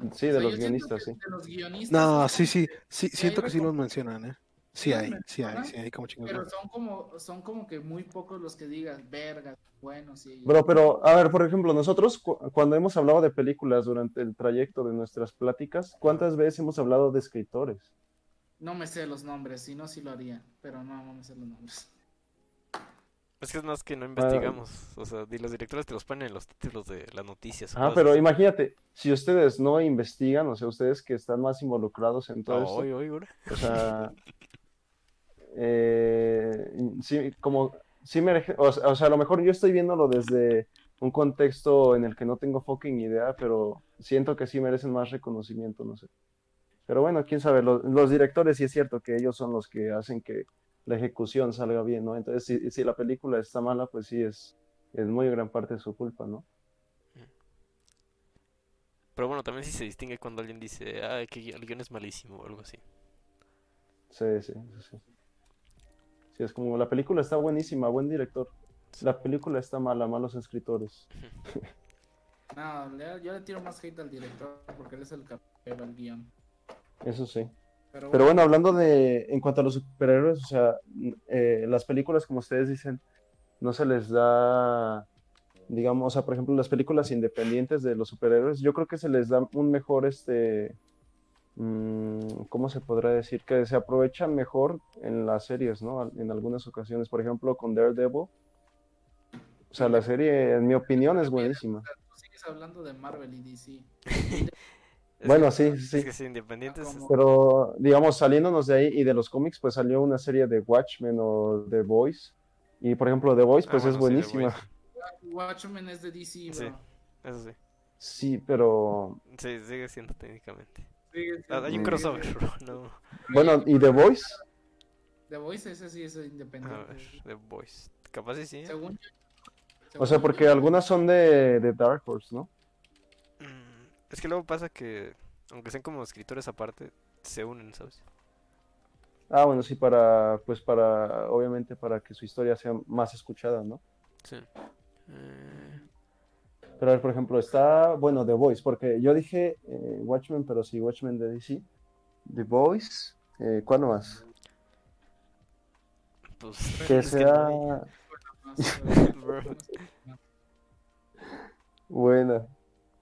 S2: Sí,
S1: O
S2: de
S1: sea,
S2: los
S1: yo siento
S2: guionistas,
S1: que
S2: sí.
S1: De los guionistas.
S4: No,
S1: son
S4: sí, sí, sí,
S1: hay
S4: siento que sí
S1: recom-
S4: los mencionan, ¿eh? Sí
S1: los
S4: hay, sí hay,
S1: mencionan,
S4: sí hay como chingados.
S1: Pero son como, son como que muy pocos los que digas, verga, bueno, sí.
S2: Bro, pero, a ver, por ejemplo, nosotros cu- cuando hemos hablado de películas durante el trayecto de nuestras pláticas, ¿cuántas veces hemos hablado de escritores?
S1: No me sé los nombres, si no, sí lo haría, pero no, no me sé los nombres. (laughs)
S3: Es que es más
S2: Ah.
S3: que no investigamos. O sea, y los directores te los ponen en los títulos de las noticias. o
S2: Ah,
S3: cosas
S2: pero
S3: así.
S2: imagínate, si ustedes no investigan, o sea, ustedes que están más involucrados en todo
S3: Ah,
S2: esto,
S3: hoy, hoy, ahora.
S2: O sea, eh, sí, como, sí me, deje- o, sea- o sea, a lo mejor yo estoy viéndolo desde un contexto en el que no tengo fucking idea, pero siento que sí merecen más reconocimiento, no sé. Pero bueno, quién sabe, lo- los, directores sí es cierto que ellos son los que hacen que la ejecución salga bien, ¿no? Entonces, si, si la película está mala, pues sí es, es muy gran parte de su culpa, ¿no?
S3: Pero bueno, también sí se distingue cuando alguien dice, ah, que el guión es malísimo o algo así.
S2: Sí, sí, sí, sí. Sí, es como la película está buenísima, buen director. La película está mala, malos escritores.
S1: No, le- yo le tiro más hate al director porque él es el que aprueba el guión.
S2: Eso sí.
S1: Pero,
S2: Pero
S1: bueno,
S2: bueno, hablando de, en cuanto a los superhéroes, o sea, n- eh, las películas, como ustedes dicen, no se les da digamos, o sea, por ejemplo, las películas independientes de los superhéroes, yo creo que se les da un mejor, este, mm, ¿cómo se podrá decir? Que se aprovechan mejor en las series, ¿no? Al- En algunas ocasiones, por ejemplo, con Daredevil. O sea, la serie, en mi opinión, es buenísima.
S1: Tú sigues hablando de Marvel y DC.
S3: Es
S2: Bueno,
S3: que-
S2: sí, sí.
S3: Es que sí, independientes. es-
S1: Como-
S2: Pero, digamos, saliéndonos de ahí y de los cómics, pues salió una serie de Watchmen o The Boys. Y, por ejemplo, The Boys,
S3: Ah,
S2: pues es
S3: bueno, sí, The
S2: buenísima. (laughs)
S3: Boys.
S1: Watchmen es de DC, bro.
S3: Sí. Eso sí.
S2: Sí, pero
S3: Sí, sigue siendo técnicamente.
S1: Sí, sí,
S3: Ah, hay un
S1: sí.
S3: (laughs) crossover, bro. No.
S2: bueno, ¿y The Voice?
S1: The Voice ese sí es
S3: A
S1: independiente.
S3: ver, The Boys. Capaz y sí. ¿eh?
S1: Según yo.
S2: O
S1: según
S2: sea,
S1: yo,
S2: porque algunas son de, de Dark Horse, ¿no?
S3: Mm, Es que luego pasa que, aunque sean como escritores aparte, se unen, ¿sabes?
S2: Ah, bueno, sí, para, pues para, obviamente para que su historia sea más escuchada, ¿no?
S3: Sí. Eh,
S2: Pero a ver, por ejemplo, está, bueno, The Voice, porque yo dije eh, Watchmen, pero sí, Watchmen de DC. The Voice, eh, ¿cuál más?
S3: pues.
S2: Que
S3: es que no
S2: sea
S3: hay.
S1: más, bro.
S3: Bro.
S2: buena,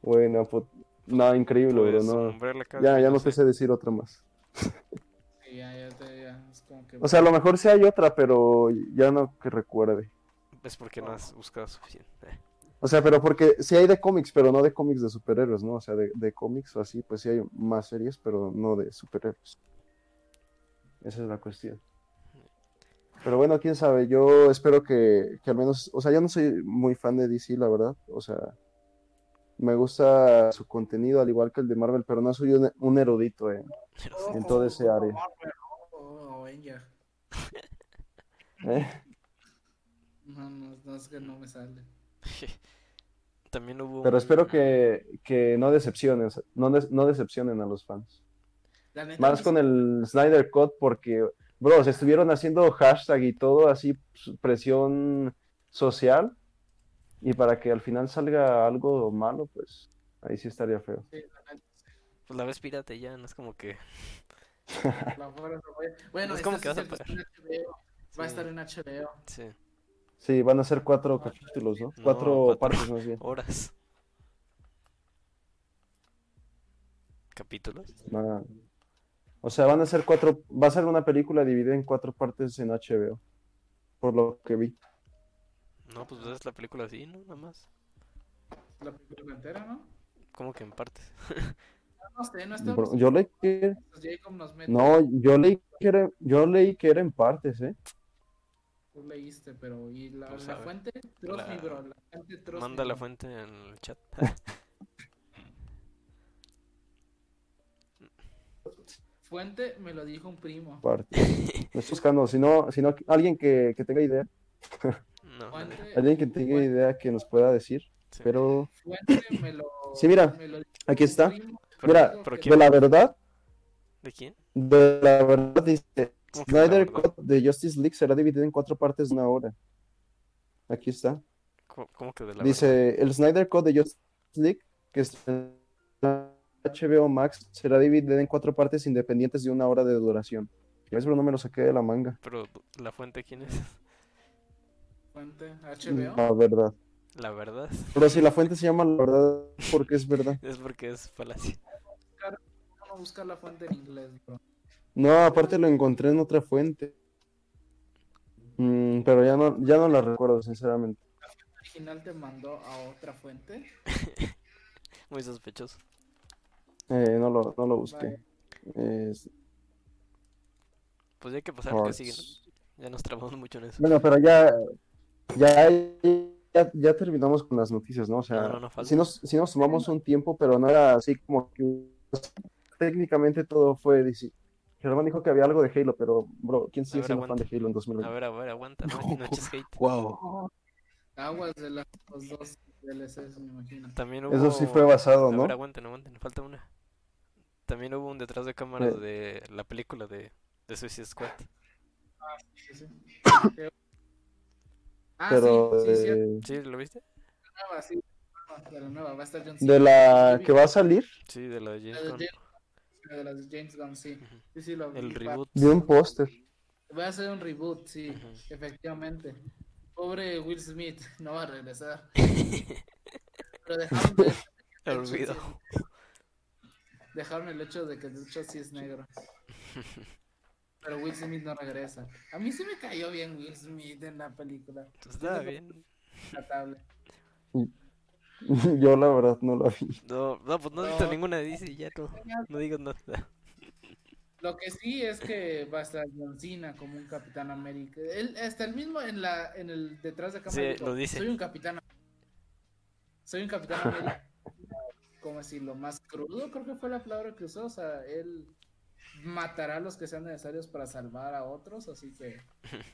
S2: buena, put- no, increíble,
S3: Puedes
S2: bro, no.
S3: nombrar la cara
S2: Ya,
S3: de
S2: ya no
S3: José.
S2: te sé decir otra más.
S1: Sí, ya, ya, te- ya, es como que-
S2: O sea, a lo mejor sí hay otra, pero ya no que recuerde.
S3: Es porque no has buscado suficiente. (laughs) Eh,
S2: O sea, pero porque sí hay de cómics, pero no de cómics de superhéroes, ¿no? O sea, de, de cómics o así, pues sí hay más series, pero no de superhéroes. Esa es la cuestión. Pero bueno, quién sabe, yo espero que, que al menos, o sea, yo no soy muy fan de DC, la verdad, o sea, me gusta su contenido al igual que el de Marvel, pero no soy un, un erudito, ¿eh?
S3: pero
S1: Ojo,
S3: sí.
S2: en todo ese
S1: ojo,
S2: área.
S1: Marvel, ojo, Avenger.
S2: (laughs) ¿Eh?
S1: No, no, no, es que no me sale.
S3: También hubo.
S2: Pero
S3: un-
S2: espero que, que no decepcionen, no, des- no decepcionen a los fans.
S1: La neta,
S2: Más
S1: no
S2: con el Snyder Cut porque, bro, se estuvieron haciendo hashtag y todo así, s- presión social. Y para que al final salga algo malo, pues ahí sí estaría feo.
S1: sé, la neta,
S3: Pues la ves pirata y ya, no es como que.
S1: la fuera se fue. Bueno,
S3: Es como
S1: esta
S3: que
S1: sí
S3: vas a
S1: se está en HBO. Va a
S3: Sí.
S1: estar en HBO.
S3: Sí,
S2: Sí, van a ser cuatro capítulos, ¿no?
S3: No,
S2: cuatro,
S3: cuatro.
S2: partes más bien.
S3: horas. ¿Capítulos?
S2: No. Ah. O sea, van a ser cuatro, va a ser una película dividida en cuatro partes en HBO, por lo que vi.
S3: No, pues ves la película así, ¿no? Nada más.
S1: La película entera, ¿no?
S3: Como que en partes.
S1: No sé, no está. pues,
S2: Bro, Yo leí que,
S1: Jacob nos mete.
S2: no, yo leí que era, yo leí que era en partes, ¿eh?
S1: Tú leíste, pero. ¿Y la,
S3: Tú
S1: la
S3: sabes.
S1: fuente? Trosby,
S3: Pues, La-
S1: bro. La fuente Trosby.
S3: Manda la
S1: bro.
S3: fuente en el
S2: (laughs)
S3: chat.
S1: Fuente me lo dijo un primo.
S3: (laughs)
S2: parte. Lo estoy buscando, si no, si no alguien que, que tenga idea,
S3: (laughs) No,
S1: Fuente,
S2: alguien que tenga idea que nos pueda decir,
S3: sí.
S2: pero
S1: fuente me lo.
S2: Sí, mira,
S1: me lo dijo
S2: aquí
S1: un
S2: está.
S1: primo.
S3: Pero-
S2: mira,
S1: Digo
S3: pero
S1: que-
S2: De la verdad,
S3: ¿De quién?
S2: de la verdad dice,
S3: ¿Cómo que de la
S2: Snyder
S3: verdad?
S2: Cut de Justice League será dividido en cuatro partes de una hora. Aquí está.
S3: ¿Cómo, cómo que de la verdad?
S2: Dice, el Snyder Cut de Justice League, que está en HBO Max, será dividido en cuatro partes independientes de una hora de duración. ¿Ves, bro? No me lo saqué de la manga.
S3: Pero la fuente, ¿quién es? (laughs)
S1: Fuente, HBO.
S2: La verdad.
S3: La verdad.
S2: Pero si la fuente se llama la verdad, porque es verdad.
S3: Es porque es falacia.
S1: Vamos a buscar la fuente en inglés, bro.
S2: No, aparte lo encontré en otra fuente. Mm, pero ya no, ya no la recuerdo, sinceramente.
S1: original te mandó a otra fuente.
S3: (laughs) Muy sospechoso.
S2: Eh, no lo, no lo busqué.
S1: Vale.
S2: Es-
S3: Pues ya hay que pasar al que sigue,
S2: Hearts.
S3: ¿no? Ya nos trabamos mucho en eso.
S2: Bueno, pero ya, ya, ya, ya terminamos con las noticias, ¿no? O sea,
S3: No, no, no, falta.
S2: sí nos, sí nos tomamos un tiempo, pero no era así como que técnicamente todo fue DC. Germán dijo que había algo de Halo, pero bro, ¿quién sigue
S3: ver,
S2: siendo fan
S3: aguanta.
S2: de Halo en 2020?
S3: A ver, a ver, aguanta. No, no eches hate.
S4: Wow.
S1: Aguas de las- los dos DLCs, me imagino.
S3: También hubo...
S2: Eso sí fue basado,
S3: A ver,
S2: ¿no?
S3: aguanten, aguanten, falta una. También hubo un detrás de
S2: Eh.
S3: cámaras de la película de, de Suicide Squad.
S1: Sí, sí. ah,
S2: Pero
S1: sí,
S2: eh,
S1: sí, sí, de
S2: de-
S3: ¿Sí? ¿Lo viste?
S1: la nueva, sí. De la nueva, va a estar John Cena.
S2: de la que va a salir,
S3: Sí, de la de James
S1: La de
S3: Gunn.
S1: James De las de James Gunn, sí.
S3: Ujú.
S1: Sí, sí, lo
S3: El
S1: vi, va-
S3: reboot.
S2: de un póster. (laughs)
S1: Va a ser un reboot, sí,
S3: Ujú.
S1: efectivamente. Pobre Will Smith, no va a regresar.
S3: (laughs)
S1: Pero dejaron, de-
S3: Lo
S1: hecho, sí
S3: olvido.
S1: es- dejaron el hecho de que el hecho sí es negro. Pero Will Smith no regresa. A mí sí me cayó bien Will Smith en la película. (laughs)
S3: Está Pues bien.
S1: Tratable.
S2: Yo la verdad no la vi.
S3: No, no, pues no he visto ninguna de DC, ya no, no digas nada.
S1: Lo que sí es que va a estar John Cena como un Capitán América. Él, hasta el mismo en la en el detrás de cámara.
S3: Sí,
S1: dijo,
S3: lo dice.
S1: Soy un Capitán Am- Soy un
S3: (laughs)
S1: Capitán América. como así, lo más crudo, creo que fue la palabra que usó. O sea, él matará a los que sean necesarios para salvar a otros. Así que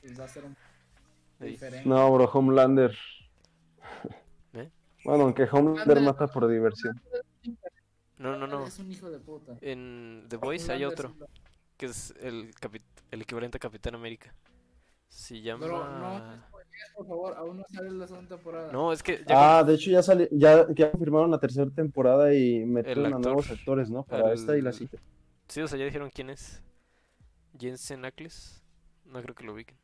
S1: pues, va a ser
S3: (laughs)
S1: un
S3: Sí.
S1: diferente.
S2: No, bro, Homelander.
S3: ¿Eh?
S2: Bueno, aunque Homelander
S1: Homelander.
S2: mata por diversión.
S3: No, no, no.
S1: Es un hijo de puta.
S3: En The Voice hay
S1: Homelander
S3: otro,
S1: es un-
S3: que es el, capit- el equivalente a Capitán América. Se
S1: Pero no,
S3: llama...
S1: spoilees, por favor, aún no sale la segunda temporada.
S3: No, es que ya
S2: Ah, de hecho ya salió, ya, ya confirmaron la tercera temporada y metieron a
S3: actor.
S2: nuevos actores, ¿no? Para
S3: El-
S2: esta y la siguiente.
S3: Sí, o sea, ya dijeron quién es. Jensen Ackles. No creo que lo ubiquen.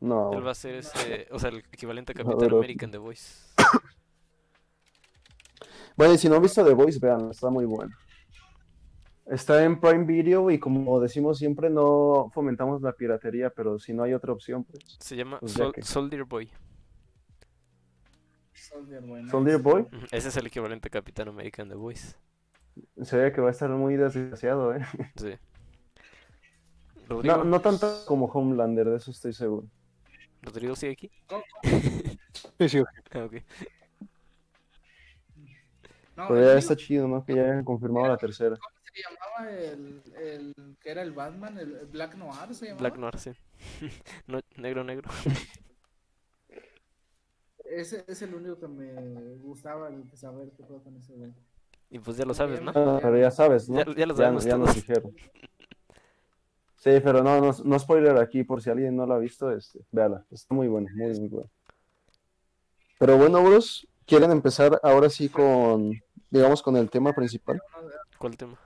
S2: No.
S3: Él va a ser ese, o sea, el equivalente a
S2: No,
S3: Capitán
S2: pero-
S3: América en The Voice.
S2: Bueno, y si no han visto The Voice, vean, está muy bueno. Está en Prime Video y como decimos siempre, no fomentamos la piratería, pero si no hay otra opción, pues.
S3: Se llama
S2: Pues ya
S3: Sol-
S2: que-
S3: Soldier Boy.
S1: Soldier Boy. ¿no?
S2: Soldier Boy
S3: Ujú, Ese es el equivalente a Capitán América en The Voice.
S2: se ve que va a estar muy desgraciado, ¿eh?
S3: Sí.
S2: No,
S3: Rodrigo,
S2: no tanto como Homelander, de eso estoy seguro.
S3: ¿Rodrigo sigue aquí?
S4: Sí, sí,
S3: Ah, ok.
S1: No,
S2: Pero
S1: el
S2: ya
S1: único
S2: está chido, ¿no? Que ya hayan confirmado la tercera.
S1: se llamaba el, el que era el Batman, el el Black Noir se llamaba.
S3: Black Noir, sí. (laughs) No, negro, negro.
S1: Ese es el único que me gustaba el que saber qué puedo con ese güey.
S3: Y pues ya lo sabes, ¿no?
S2: Ah, pero ya sabes, ¿no?
S3: Ya- ya lo sabemos
S2: ya nos
S3: todos.
S2: dijeron. Sí, pero no, no, no spoiler aquí, por si alguien no la ha visto, este, véala, está muy bueno, muy, muy bueno. Pero bueno, bros, ¿quieren empezar ahora sí con, digamos, con el tema principal?
S1: No,
S3: ¿Cuál tema?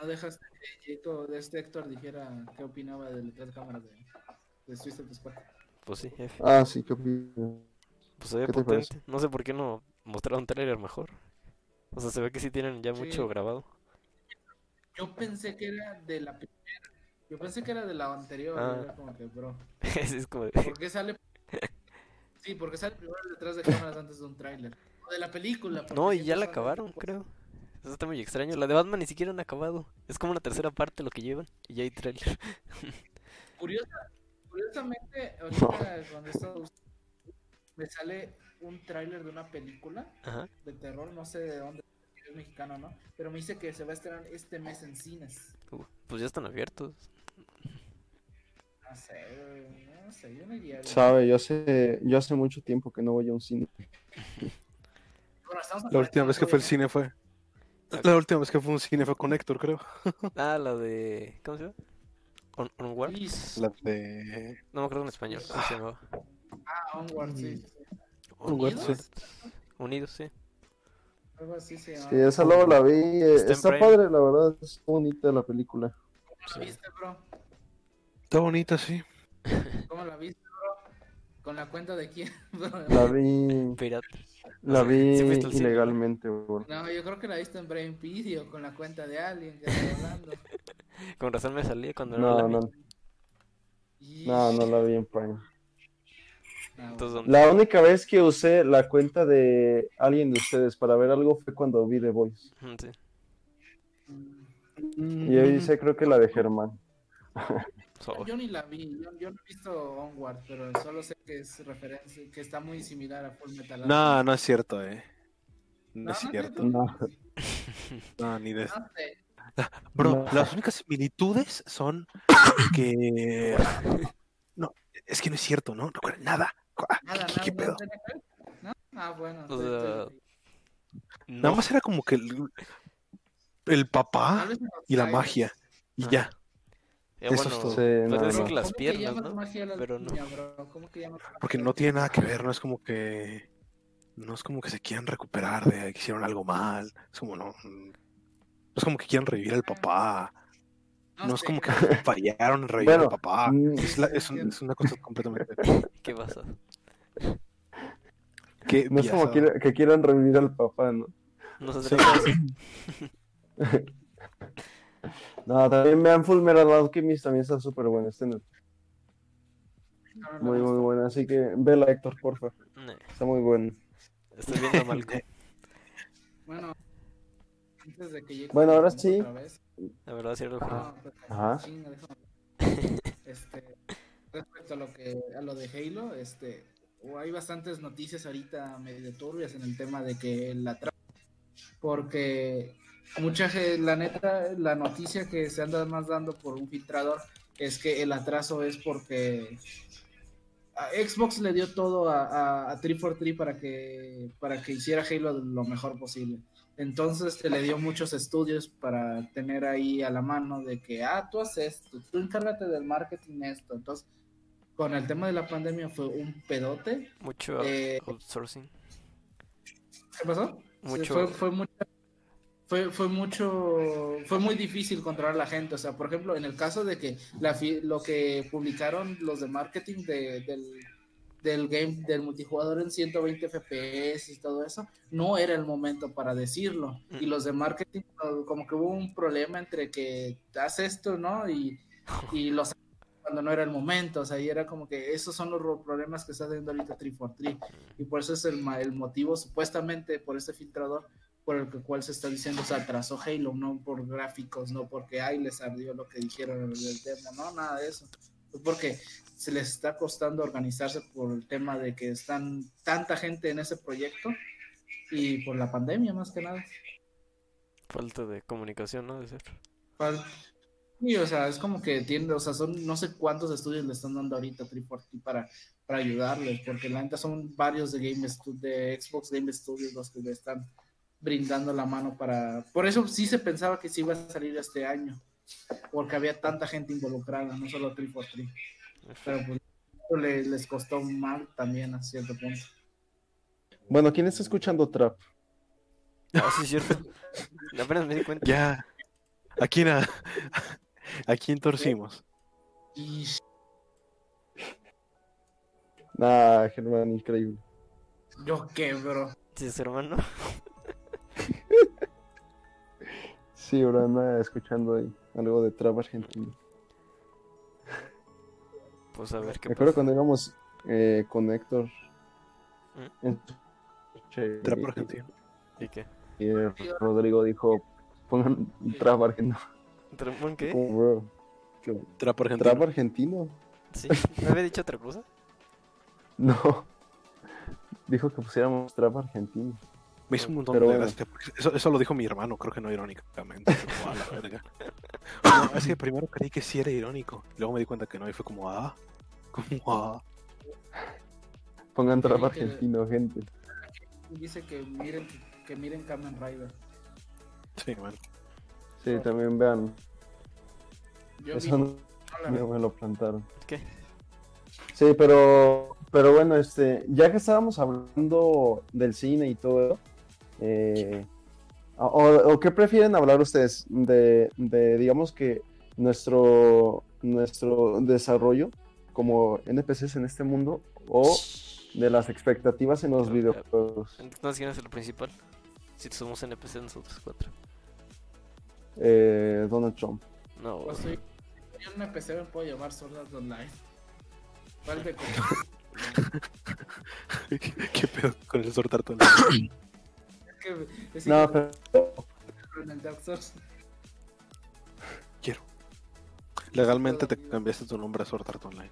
S1: no dejas que Jacob- de este Héctor dijera qué opinaba de las tres cámaras de, de Suicide Squad.
S3: Pues sí, F.
S2: Ah, sí, ¿qué opinas?
S3: Pues se ve
S2: ¿qué te parece?
S3: potente. No sé por qué no mostraron trailer mejor. O sea, se ve que sí tienen ya
S1: Sí.
S3: mucho grabado. (laughs)
S1: Yo pensé que era de la primera. Yo pensé que era de la anterior.
S3: Ah.
S1: Era como que, bro,
S3: Así es como de-
S1: ¿por qué sale? Sí, porque sale primero detrás de cámaras antes de un tráiler. O de la película. porque
S3: No, y ya
S1: siempre
S3: la
S1: son-
S3: acabaron, creo. Eso está muy extraño. La de Batman ni siquiera han acabado. Es como una tercera parte lo que llevan. Y ya hay trailer.
S1: Curiosa- curiosamente, ahorita cuando esto- me sale un tráiler de una película
S3: (laughs) Ajá.
S1: de terror, no sé de dónde, si es mexicano o no, pero me dice que se va a estrenar este mes en cines.
S3: Uh, pues ya están abiertos.
S1: No sé, no sé, yo no iría. güey.
S2: Sabe, yo hace, yo hace mucho tiempo que no voy a un cine.
S1: Bueno, estamos
S4: La
S1: afuera,
S4: última vez que fue el cine fue. La última vez que fue un cine fue con Héctor, creo.
S3: Ah, la de. ¿Cómo se llama? On Onward.
S1: Sí,
S4: La de.
S3: No me acuerdo en español. ¿Cómo se llamaba?
S1: ah, Onward, sí, sí, sí,
S4: Onward,
S3: Unidos. Unidos, sí.
S1: algo así se llama.
S2: Sí, esa luego la vi, eh,
S3: Está en
S2: está
S3: Prime.
S2: padre, la verdad, es bonita la película.
S1: ¿Cómo la viste, bro?
S4: Está bonita, sí.
S1: ¿Cómo la viste, bro? ¿Con la cuenta de quién? (laughs) bro?
S2: La
S3: (laughs)
S2: vi,
S3: Pirata.
S2: la
S3: Sí,
S2: vi
S3: sí fuiste al cine, ¿no?
S2: ilegalmente, bro.
S1: No, yo creo que la viste en Brain Video con la cuenta de alguien que está hablando.
S3: Con razón me salía cuando no, la
S2: No,
S1: Y-
S2: no,
S3: vi.
S2: no, no la vi en Prime.
S1: Ah,
S3: Entonces, ¿dónde?
S2: La única vez que usé la cuenta de alguien de ustedes para ver algo fue cuando vi The Voice.
S3: Ujú, Mm, sí.
S1: bueno.
S2: Y ahí
S4: Mm.
S2: hice creo que la de Germán.
S3: So-
S1: Yo ni la vi, yo, yo no he visto Onward, pero solo sé que es referencia, que está muy similar a Full Metal.
S4: No,
S1: Alchemist.
S4: no es cierto, eh.
S1: No,
S4: No es
S1: no
S4: cierto.
S1: no,
S2: No.
S4: No, ni de
S1: no sé.
S4: Bro,
S2: No.
S4: las únicas similitudes son que. No, es que no es cierto, ¿no? No cuadra nada. Ah,
S1: Nada,
S4: ¿Qué, qué
S1: nada,
S4: pedo?
S1: no tiene que ver. ¿No? Ah, bueno.
S3: O
S1: sí,
S3: sea,
S1: sí.
S4: Nada
S3: No,
S4: más era como que el, el
S1: Tal
S4: papá
S1: vez en
S4: ah, y la
S1: Outsiders.
S4: magia.
S2: Ah.
S4: Y
S3: Ajá.
S4: ya.
S3: eh,
S4: eso es
S3: bueno,
S4: todo.
S2: Sí,
S3: pues
S2: no,
S3: dicen
S2: no.
S3: que las
S1: ¿Cómo que
S3: piernas,
S1: llamas
S3: ¿no?
S1: magia a la
S3: Pero no.
S1: niña, bro? ¿Cómo que llamas
S4: Porque
S1: magia?
S4: no tiene nada que ver, no es como que. No es como que se quieran recuperar de que hicieron algo mal. Es como no. No es como que quieran revivir al papá. No, es
S1: sé,
S4: como que
S1: güey.
S4: fallaron en reír
S2: Bueno,
S4: al papá.
S2: mm,
S4: Es, la- es un- es una cosa completamente.
S3: ¿Qué pasa?
S4: Qué
S2: No es como
S4: biasada.
S2: quiera- que quieran revivir al papá, ¿no?
S3: No se
S4: Sí.
S3: trata de eso.
S2: No, también vean Full Metal Alchemist, también está súper bueno. Este no-
S1: No, no, no,
S2: muy,
S1: no.
S2: muy bueno. Así que vela, Héctor, porfa.
S3: No,
S2: Está muy bueno.
S3: Estás viendo mal.
S2: (laughs)
S1: Bueno, antes de que llegue
S2: Bueno, ahora
S1: otra
S2: sí.
S1: vez.
S3: La verdad, cierto.
S1: No, pues,
S2: Ajá.
S1: chinga, déjame. Este, respecto a lo que a lo de Halo, este, o hay bastantes noticias ahorita medio turbias en el tema de que la tra- porque mucha ge- la neta la noticia que se anda más dando por un filtrador es que el atraso es porque a Xbox le dio todo a, a, a 343 para que para que hiciera Halo lo mejor posible. Entonces se le dio muchos estudios para tener ahí a la mano de que, ah, tú haces esto, tú encárgate del marketing esto. Entonces, con el tema de la pandemia fue un pedote.
S3: Mucho
S1: Eh,
S3: outsourcing.
S1: ¿Qué pasó?
S3: Mucho-
S1: Sí, Fue, fue mucha- fue- fue mucho, fue muy difícil controlar a la gente. O sea, por ejemplo, en el caso de que la fi- lo que publicaron los de marketing de- del, del game, del multijugador en 120 FPS y todo eso, no era el momento para decirlo. Y los de marketing, como- como que hubo un problema entre que haz esto, ¿no? Y, y los cuando no era el momento, o sea, y era como que esos son los ro- problemas que está teniendo ahorita 343 y por eso es el, ma- el motivo supuestamente por este filtrador por el que cual se está diciendo se atrasó Halo, no por gráficos, no porque ay les ardió lo que dijeron en el demo, no nada de eso, es porque se les está costando organizarse por el tema de que están tanta gente en ese proyecto y por la pandemia más que nada.
S3: Falta de comunicación, ¿no? De ser.
S1: Fal- Sí, o sea, es como que tiende, o sea, son no sé cuántos estudios le están dando ahorita a 343 para, para ayudarles, porque la neta son varios de Game Stu- de Xbox Game Studios los que le están brindando la mano para. Por eso sí se pensaba que sí iba a salir este año, porque había tanta gente involucrada, no solo 343, pero pues eso le- les costó mal también a cierto punto.
S2: Bueno, ¿quién está escuchando Trap?
S3: Ah, sí, es cierto. (laughs) Apenas me di cuenta.
S4: Ya. ¿A quién, (laughs) a, a quién torcimos?
S1: Y
S2: Nah, Ah, Germán, increíble.
S1: yo qué, bro.
S3: Sí, es hermano.
S2: Sí, ahora anda escuchando ahí algo de Trap argentino.
S3: Pues a ver qué
S2: Me acuerdo
S3: pasa.
S2: cuando íbamos eh, con Héctor.
S3: ¿Mm?
S2: En... Che,
S4: Trap argentino.
S3: ¿Y qué?
S2: Y eh, Rodrigo dijo, pongan Trap argentino.
S3: ¿Trampón qué?
S2: Como, bro, que-
S4: Trap argentino.
S2: Trap argentino.
S3: Sí. ¿Me había dicho otra cosa?
S2: No. (laughs) Dijo que pusiéramos trap argentino.
S4: Me hizo un montón
S2: Pero
S4: de
S2: bueno.
S4: gracia, porque Eso, eso lo dijo mi hermano, creo que no irónicamente. pero, a la (laughs) verga. No, es que primero creí que sí era irónico. y Luego me di cuenta que no. Y fue como, ah. Como, ah.
S2: Pongan trap
S1: que-
S2: argentino, gente.
S1: Dice que miren, que miren Kamen Rider.
S4: Sí, bueno.
S2: Sí, también vean.
S1: Yo
S2: Eso
S1: vi-
S2: no, no me lo plantaron.
S3: ¿Qué?
S2: Sí, pero, pero bueno, este, ya que estábamos hablando del cine y todo, eh, o, o- qué prefieren hablar ustedes de, de, digamos que nuestro nuestro desarrollo como NPCs en este mundo o de las expectativas en los videojuegos.
S3: Entonces, ¿quién es el principal? Si somos NPC nosotros cuatro.
S2: Eh, Donald Trump.
S3: No,
S1: Pues soy, yo en PC me puedo llamar Sword Art Online. ¿Cuál
S3: (laughs)
S1: de cómo?
S4: (laughs) ¿Qué, qué pedo con el sortarto?
S1: Es que es
S2: No,
S1: que-
S2: pero
S1: en el Dark Souls.
S4: Quiero. Legalmente te cambiaste tu nombre a sortarto online.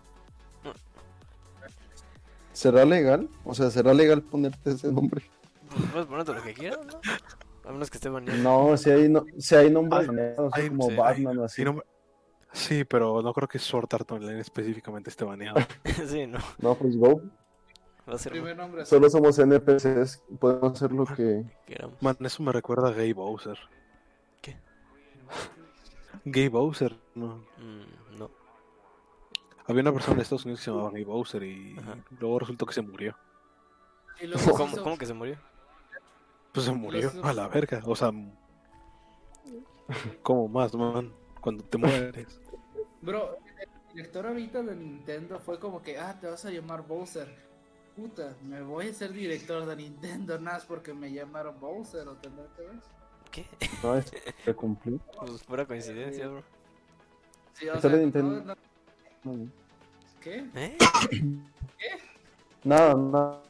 S2: ¿será legal? O sea, ¿será legal ponerte ese nombre?
S3: pues, puedes ponerte lo que quieras, ¿no? A menos que esté baneado. (laughs)
S2: No, si hay, no, si hay nombres
S4: Ah,
S2: baneados,
S4: hay-
S2: como
S3: sí,
S2: Batman o así.
S4: Sí, no me- sí, pero no creo que sortarto online específicamente esté baneado.
S3: sí, no.
S2: No, pues go.
S3: Va a ser lo
S1: Primer nombre es
S2: Solo somos NPCs, podemos hacer lo que.
S3: que queramos.
S4: Man, eso me recuerda a Gay Bowser. (laughs)
S3: ¿Qué?
S4: Gay Bowser, no.
S3: Mm, no.
S4: Había una persona en Estados Unidos que se llamaba Gay Bowser y
S3: Ajá.
S4: luego resultó que se murió.
S1: Y luego se
S3: ¿Cómo,
S1: hizo-
S3: ¿Cómo que se murió?
S4: Pues se murió
S1: Los-
S4: a la verga, o sea. (laughs) ¿Cómo más, man? cuando te
S3: (laughs)
S4: mueres.
S1: Bro, el director ahorita de Nintendo fue como que, ah, te vas a llamar Bowser. Puta, me voy a ser director de Nintendo, nada más porque me llamaron Bowser o tendrá que ver.
S3: ¿Qué?
S2: No, es que cumplí.
S3: Pues pura coincidencia, bro.
S1: Sí, o
S2: Director
S1: sea,
S2: de Nintendo.
S1: no- no-
S2: No,
S1: ¿Qué?
S3: ¿Eh?
S2: Nada, nada.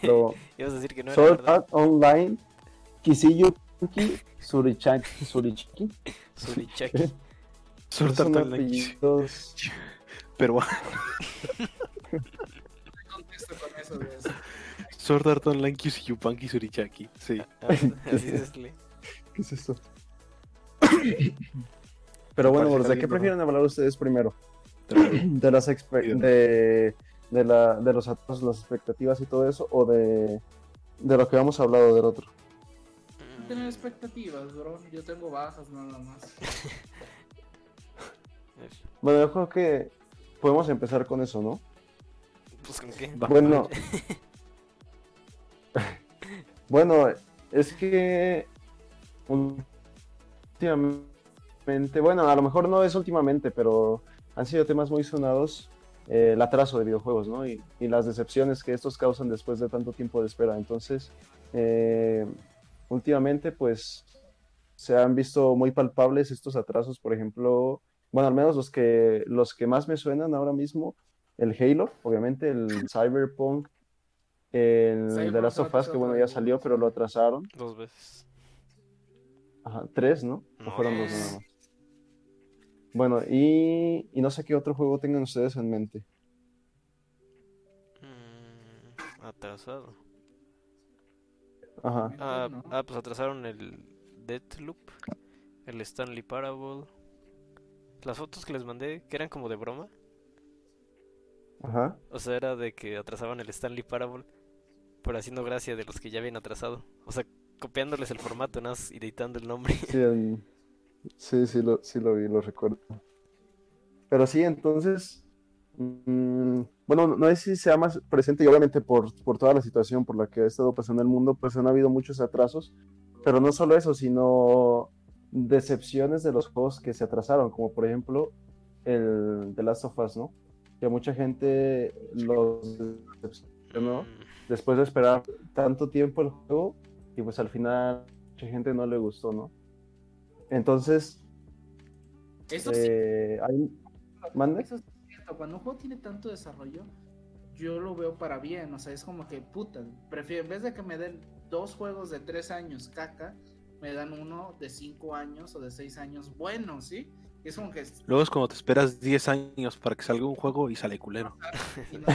S2: Pero
S3: Ibas a decir que no era
S2: Sword
S3: verdad.
S2: Art Online, Kisiyuki Surichanki. Surichiki.
S3: (laughs) Surichaki. Pues
S4: Sword Art
S2: Son
S4: (laughs) Online
S2: apellidos.
S4: peruano.
S1: ¿Qué contesto con eso, güey?
S4: (laughs) Sword Art Online Kyushyupanki Surichaki. Sí.
S3: Ah, Así es, le-
S2: ¿Qué es esto? Pero bueno,
S4: Parece
S2: bros, ¿de qué
S4: alguien, ¿no?
S2: prefieren hablar ustedes primero?
S4: Pero
S3: (coughs)
S2: ¿De las expe-
S4: Sí, ¿no?
S2: de, de, la, de los atos, las expectativas y todo eso? ¿O de, de lo que habíamos hablado del otro?
S1: No tener expectativas, bro. Yo tengo bajas nada más.
S3: Mm,
S2: Bueno, yo creo que podemos empezar con eso, ¿no?
S3: Pues con qué.
S4: Va.
S2: Bueno. (laughs) bueno, es que últimamente, bueno, a lo mejor no es últimamente, pero han sido temas muy sonados eh, el atraso de videojuegos, ¿no? Y, y las decepciones que estos causan después de tanto tiempo de espera. Entonces, eh, últimamente, pues, se han visto muy palpables estos atrasos, por ejemplo, bueno, al menos los que, los que más me suenan ahora mismo el Halo, obviamente, el Cyberpunk, el
S1: Cyberpunk
S2: The Last of
S1: lo
S2: Us, que bueno, ya
S1: atrasaron.
S2: salió, pero lo atrasaron.
S3: Dos veces.
S2: Ajá, tres, ¿no? O
S3: No,
S2: fueron dos
S1: es-
S2: nada más. Bueno, y, y no sé qué otro juego tengan ustedes en mente.
S3: Mm, Atrasado.
S2: Ajá.
S3: Ah,
S1: Nintendo, ¿no?
S3: ah, pues atrasaron el Deathloop, el Stanley Parable. Las fotos que les mandé, que eran como de broma,
S2: Ajá.
S3: o sea, era de que atrasaban el Stanley Parable, pero haciendo gracia de los que ya habían atrasado. O sea, copiándoles el formato, nada más editando el nombre.
S2: (laughs) Sí, el- sí, sí, lo, sí lo vi, lo recuerdo. Pero sí, entonces, mm, bueno, no sé si sea más presente y obviamente por, por toda la situación por la que ha estado pasando el mundo, pues han habido muchos atrasos, pero no solo eso, sino decepciones de los juegos que se atrasaron, como por ejemplo el The Last of Us, ¿no? Que mucha gente los decepcionó
S3: Mm,
S2: después de esperar tanto tiempo el juego y pues al final mucha gente no le gustó, ¿no? Entonces,
S1: Eso sí,
S2: eh, hay- ¿mande?
S1: Eso es cierto, cuando un juego tiene tanto desarrollo, yo lo veo para bien, o sea, es como que puta, prefiero, en vez de que me den dos juegos de tres años caca, me dan uno de cinco años o de seis años bueno, ¿sí? Y es como que...
S4: Luego es cuando te esperas 10 años para que salga un juego y sale culero.
S1: y no-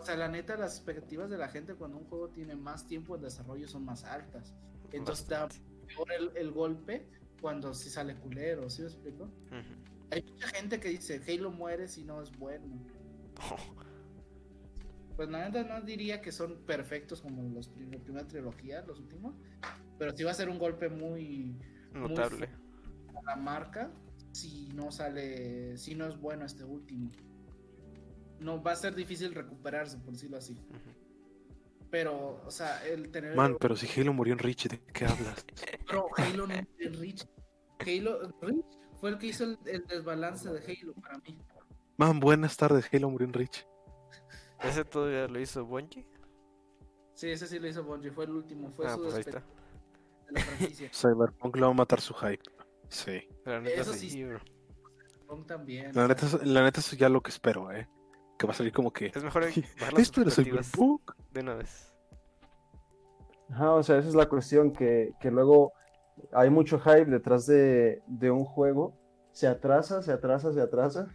S1: o sea, la neta, las expectativas de la gente cuando un juego tiene más tiempo de desarrollo son más altas. Entonces da
S3: bastante.
S1: peor el, el golpe cuando sí sale culero, ¿sí me explico?
S3: Mm, Ujú.
S1: Hay mucha gente que dice, Halo muere si no es
S3: (laughs)
S1: bueno. Pues la neta no diría que son perfectos como los prim- la primera trilogía, los últimos. Pero sí va a ser un golpe muy
S3: Notable.
S1: a la marca si no sale, si no es bueno este último. No va a ser difícil recuperarse, por decirlo así.
S3: Ujú.
S1: Pero, o sea, el tener.
S4: Man, pero si Halo murió en Richie, ¿de qué hablas?
S1: Pero Halo no es Rich. Halo Rich fue el que hizo el, el desbalance de Halo para mí.
S4: Man, buenas tardes, Halo murió en Richie.
S3: Ese todavía lo hizo Bungie.
S1: Sí, ese sí lo hizo Bungie, fue el último, fue
S3: Ah,
S1: su
S3: pues ahí
S1: despedida.
S3: está.
S1: de la franquicia.
S4: Cyberpunk le va a matar su hype. Sí.
S3: La neta
S1: Eso
S3: sí,
S1: sí.
S3: bro.
S1: Pong también.
S4: La neta, es- la neta es ya lo que espero, ¿eh? Que va a salir como que...
S3: Es mejor
S4: (laughs)
S3: bajar las
S4: Esto era
S3: expectativas
S4: Cyberpunk.
S3: de una vez.
S2: Ajá, o sea, esa es la cuestión, que, que luego hay mucho hype detrás de, de un juego, se atrasa, se atrasa, se atrasa,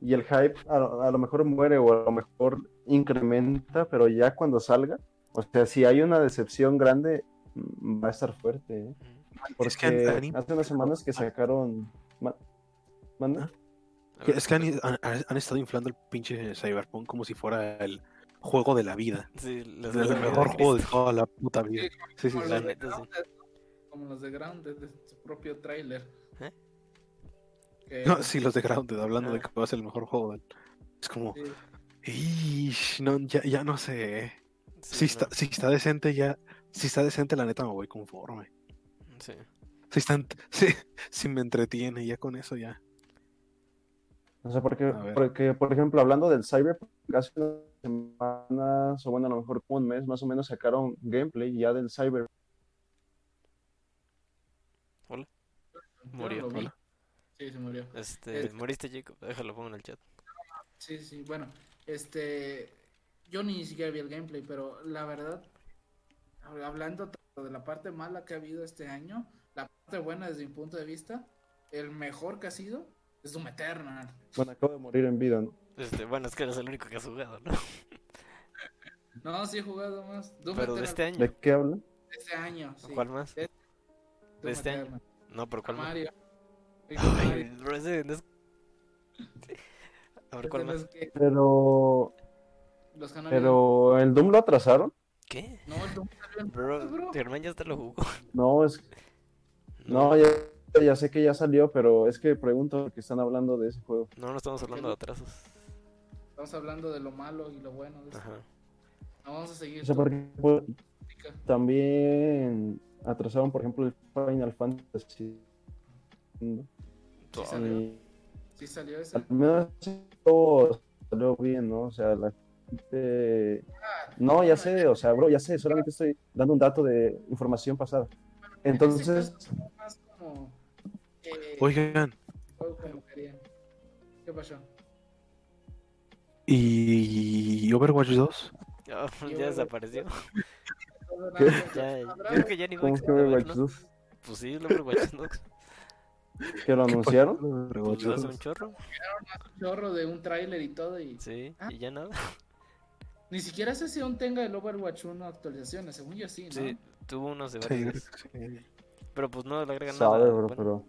S2: y el hype a, lo- a lo mejor muere o a lo mejor incrementa, pero ya cuando salga, o sea, si hay una decepción grande, mm, va a estar fuerte, ¿eh?
S3: Ujú.
S4: Es que Ah. han-
S2: Porque
S4: han
S2: hace unas semanas que sacaron... ma-
S4: ¿Ah?
S2: ¿Manda?
S3: A
S4: Que
S3: ver,
S4: Es que han, han- han estado inflando el pinche Cyberpunk como si fuera el juego de la vida.
S3: sí, les da
S4: El
S3: la vida
S4: mejor
S3: a
S4: juego de
S3: Cristo.
S4: toda la puta vida. Sí, sí,
S1: como, los
S4: sí.
S3: la
S1: de
S3: neta, sí.
S1: Grounded, ¿no? como los de Grounded, de su propio tráiler.
S3: ¿Eh?
S1: Que-
S4: No, sí, los de Grounded, hablando de
S3: Ah.
S4: que va a ser el mejor juego. del- Es como,
S1: sí,
S4: "Ish, no, ya, ya no sé. eh. Si,
S3: Sí,
S4: está,
S3: no,
S4: si está decente, ya. Si está decente, la neta me voy conforme.
S3: sí.
S4: Si, están, (laughs) si, si me entretiene, ya con eso ya.
S2: No sé por qué,
S4: A ver.
S2: porque, por ejemplo, hablando del Cyberpunk, hace unas semanas, o bueno, a lo mejor como un mes más o menos, sacaron gameplay ya del Cyberpunk.
S1: Yo
S3: Murió.
S1: lo vi.
S4: Hola.
S1: Sí, se murió.
S3: Este,
S1: Este-
S3: moriste, Jacob. Déjalo, pongo en el chat.
S1: Sí, sí, bueno, este, yo ni siquiera vi el gameplay, pero la verdad, hab- hablando tanto de la parte mala que ha habido este año, la parte buena desde mi punto de vista, el mejor que ha sido es Doom Eternal.
S2: Bueno, acabo de morir en vida, ¿no?
S3: Este, bueno, es que eres el único que has jugado, ¿no?
S1: No, sí he jugado más. Doom
S3: Pero
S1: Eternal
S3: de este año.
S4: Mm.
S2: ¿De qué hablan?
S1: de este año, sí.
S3: ¿Cuál más?
S1: Doom
S3: de este año?
S1: Eternal.
S3: No, pero ¿cuál más?
S1: Mario. Sí,
S3: Ay,
S1: Mario.
S3: Resident es- A ver,
S1: Es
S3: ¿cuál
S1: de
S3: más?
S1: los que-
S2: Pero,
S1: los que han habido.
S2: pero el Doom lo atrasaron.
S3: ¿Qué?
S1: No, el Doom salió en marzo,
S3: Bro,
S1: bro.
S3: tu hermano ya hasta lo jugó.
S2: No, es no, ya, ya sé que ya salió, pero es que pregunto que están hablando de ese juego.
S3: No, no estamos hablando de atrasos.
S1: Estamos hablando de lo malo y lo bueno. de esto.
S3: Ajá.
S1: No, vamos a seguir.
S2: No sé por qué pues, también atrasaron, por ejemplo, el Final Fantasy. ¿no?
S1: Sí,
S3: Suave.
S1: salió.
S2: Y-
S1: Sí salió ese.
S2: al menos todo salió bien, ¿no? O sea, la gente... No, ya sé, o sea, bro, ya sé, solamente estoy dando un dato de información pasada. Entonces,
S1: más como. eh,
S4: Oigan,
S1: juego como querían. ¿Qué pasó?
S4: ¿y Overwatch 2?
S3: Ya,
S1: Y
S3: (laughs) ya
S1: bueno,
S3: desapareció.
S2: ¿Qué?
S3: Ya, yo
S1: Habrá-
S3: creo que ya ni va a
S2: ¿cómo que Overwatch
S3: existir, ¿no?
S2: 2?
S3: Pues sí, el Overwatch ¿no?
S2: ¿Que
S3: (laughs)
S2: lo
S4: ¿Qué
S2: anunciaron?
S4: pasó con Overwatch
S3: Pues hace
S4: 2?
S3: un chorro.
S1: un chorro de un tráiler y todo y
S3: Sí,
S1: Ah.
S3: y ya nada.
S1: ni siquiera sé si aún tenga el Overwatch 1 actualizaciones, según yo sí, ¿no?
S3: Sí, tuvo unos de
S4: Sí,
S3: varios
S4: creo
S3: días.
S4: que sí.
S3: Pero pues no le agregan nada.
S2: Sabe, bro,
S3: bueno,
S2: pero...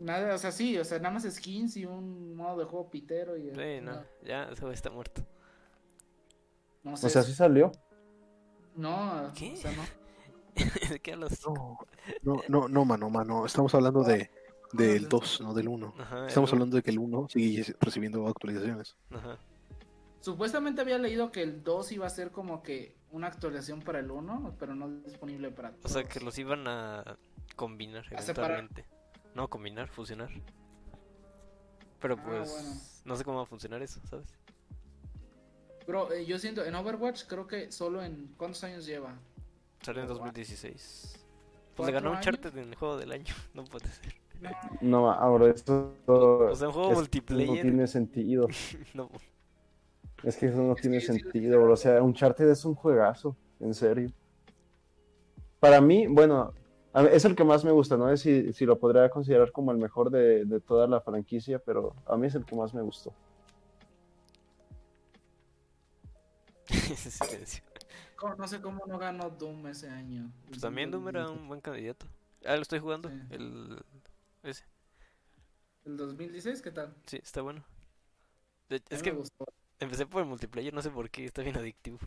S1: Nada, o sea, sí, o sea, nada más skins y un modo de juego pitero y
S3: Sí, no, ya, ese güey está muerto. (laughs)
S1: no, sé,
S2: O sea, sí salió.
S1: no,
S3: ¿Qué?
S1: o sea, no.
S3: ¿De qué hablas?
S4: No, no, no, no, mano, mano. Estamos hablando de, del 2, no del 1.
S3: Ajá, el
S4: Estamos
S3: uno,
S4: hablando de que el 1 sigue recibiendo actualizaciones.
S3: Ajá.
S1: Supuestamente había leído que el 2 iba a ser como que una actualización para el 1, pero no disponible para
S3: O sea,
S1: todos.
S3: que los iban a combinar
S1: A separar.
S3: eventualmente. No, combinar, fusionar. Pero
S1: Ah,
S3: pues,
S1: bueno.
S3: no sé cómo va a funcionar eso, ¿sabes?
S1: Bro, eh, yo siento, en Overwatch creo que solo en... ¿Cuántos años lleva?
S3: Salió en
S1: Guau.
S3: 2016. Pues le
S1: ¿Cuatro
S3: ganó un
S1: años?
S3: charter en el juego del año, (laughs) no puede ser.
S2: No, ahora eso...
S3: O sea, un juego
S2: es-
S3: multiplayer.
S2: No tiene sentido.
S3: No,
S2: Es que eso no
S1: que
S2: tiene
S1: sí, sí,
S2: sentido, bro. O sea, Uncharted es un juegazo, en serio. Para mí, bueno, a- es el que más me gusta, no sé si, si lo podría considerar como el mejor de, de toda la franquicia, pero a mí es el que más me gustó.
S3: (laughs) ese silencio.
S1: Co- No sé cómo no ganó Doom ese año.
S3: Pues también Doom era un buen candidato. Ah, lo estoy jugando.
S1: Sí.
S3: El... Ese.
S1: ¿El 2016 qué tal?
S3: Sí, está bueno. De-
S1: A
S3: Es
S1: mí
S3: que
S1: me gustó.
S3: empecé por el multiplayer, no sé por qué, está
S1: (laughs)
S3: bien adictivo.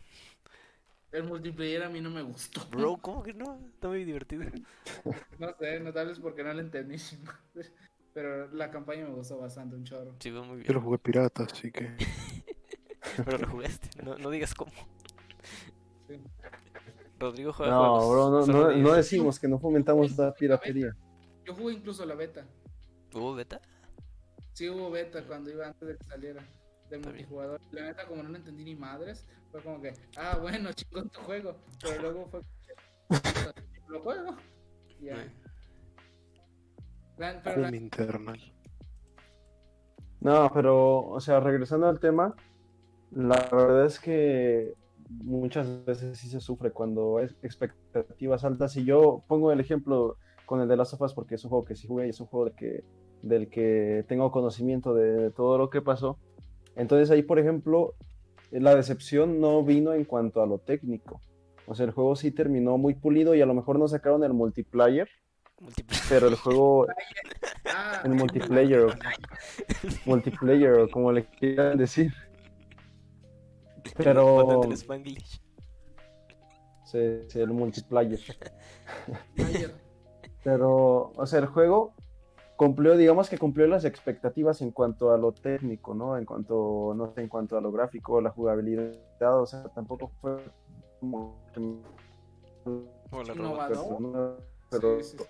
S1: El multiplayer a mí no me gustó. (laughs)
S3: Bro, ¿cómo que no? Está muy divertido.
S1: No sé, no tal vez porque no lo entendí. (laughs) sin madre. Pero la campaña me gustó bastante, un chorro.
S3: Sí, va muy
S4: Yo lo
S3: bien.
S4: jugué pirata, así que.
S3: Pero lo jugaste, no, no digas cómo.
S1: Sí.
S3: Rodrigo juega
S2: No,
S3: Pues,
S2: bro,
S3: juegos,
S2: no,
S3: solo
S2: no,
S3: dice,
S2: no decimos que no fomentamos la piratería.
S1: Yo jugué incluso la beta.
S3: ¿Hubo beta?
S1: Sí hubo beta cuando iba antes de que saliera del
S3: Está bien.
S1: multijugador. La neta, como no lo entendí ni madres, fue como que, ah, bueno, (laughs) chingón tu juego. Pero luego fue. Lo juego. Y Ya.
S3: Sí.
S1: La- pero la-
S4: Un internal.
S2: No, pero, o sea, regresando al tema, la verdad es que muchas veces sí se sufre cuando es expectativas altas. Y yo pongo el ejemplo con el de las sofas porque es un juego que sí jugué y es un juego del que, del que tengo conocimiento de todo lo que pasó. Entonces ahí, por ejemplo, la decepción no vino en cuanto a lo técnico. O sea, el juego sí terminó muy pulido y a lo mejor no sacaron el multiplayer,
S3: Multiplayer.
S2: pero el juego,
S1: ah,
S2: el multiplayer, o- multiplayer, o como le quieran decir. (laughs)
S3: (laughs)
S2: Pero
S3: Ponte el Spanglish.
S2: se- se- el multiplayer.
S1: ayer.
S2: Pero, o sea, el juego cumplió, digamos que cumplió las expectativas en cuanto a lo técnico, ¿no? En cuanto, no sé, en cuanto a lo gráfico, la jugabilidad, o sea, tampoco fue como que-
S3: Hola,
S1: No
S3: Robo.
S1: va.
S2: pero, pero
S1: Sí, sí, sí.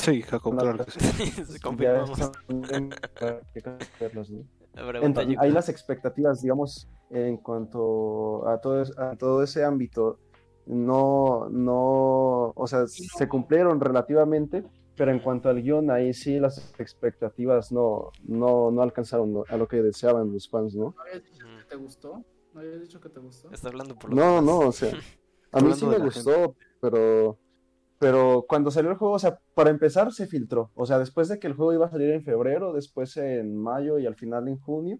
S4: Sí, Jacob,
S2: Una
S4: claro que sí.
S3: (laughs) Sí,
S2: Ya
S3: Confirmamos.
S2: están- hay que verlas, ¿no?
S3: Pregunta
S2: Entonces,
S3: Yuko.
S2: ahí las expectativas, digamos, en cuanto a todo, es- a todo ese ámbito, no, no, o sea, se cumplieron relativamente, pero en cuanto al guión, ahí sí las expectativas no, no, no alcanzaron lo- a lo que deseaban los fans,
S1: ¿No
S2: ¿no?
S1: habías dicho que te gustó? ¿No habías dicho que te gustó?
S3: Mm, Está hablando por los
S2: No,
S3: demás.
S2: no,
S1: (laughs)
S2: o sea, a mí sí
S4: Hablando
S2: me
S4: de la
S2: gustó, pero, pero cuando salió el juego, o sea, para empezar se filtró, o sea, después de que el juego iba a salir en febrero, después en mayo y al final en junio,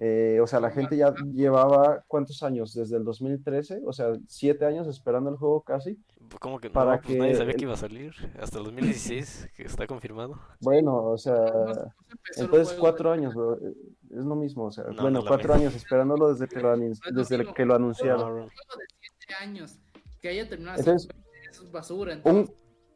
S2: eh, o sea, la gente ya llevaba cuántos años, desde el 2013, o sea, siete años esperando el juego casi.
S3: ¿Cómo que no?
S2: para
S3: Pues nadie
S2: que
S3: sabía
S2: el-
S3: que iba a salir. Hasta el 2016, que está confirmado.
S2: Bueno, o sea,
S1: Además, no se empezó el
S2: entonces
S1: juego,
S2: cuatro años, bro, es lo mismo, o sea,
S3: No, no
S2: bueno,
S3: es lo
S2: cuatro
S3: mismo.
S2: años esperándolo desde que lo, anun-
S1: Pues es lo
S2: desde
S1: mismo.
S2: que lo
S1: Sí,
S2: anunciaron.
S1: no. Un juego de siete años. Que haya terminado
S2: Entonces,
S1: así, eso es basura.
S2: Un,
S1: entonces,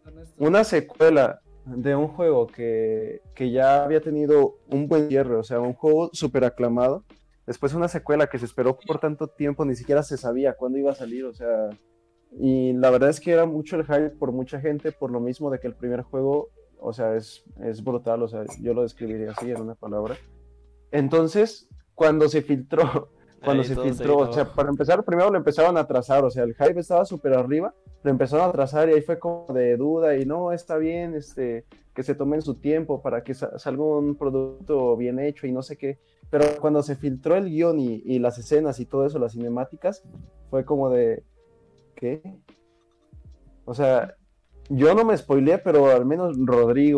S1: honesto.
S2: una secuela de un juego que, que ya había tenido un buen cierre, o sea, un juego súper aclamado. Después una secuela que se esperó por tanto tiempo, ni siquiera se sabía cuándo iba a salir, o sea... Y la verdad es que era mucho el hype por mucha gente, por lo mismo de que el primer juego, o sea, es, es brutal, o sea, yo lo describiría así en una palabra. Entonces, cuando se filtró, cuando
S3: Ahí
S2: se
S3: todo ahí
S2: filtró, o
S3: abajo.
S2: sea, para empezar, primero lo empezaron a atrasar, o sea, el hype estaba súper arriba, lo empezaron a atrasar y ahí fue como de duda y no, está bien, este, que se tomen su tiempo para que sa- salga un producto bien hecho y no sé qué, pero cuando se filtró el guión y, y las escenas y todo eso, las cinemáticas, fue como de, ¿qué? O sea, yo no me spoileé, pero al menos Rodrigo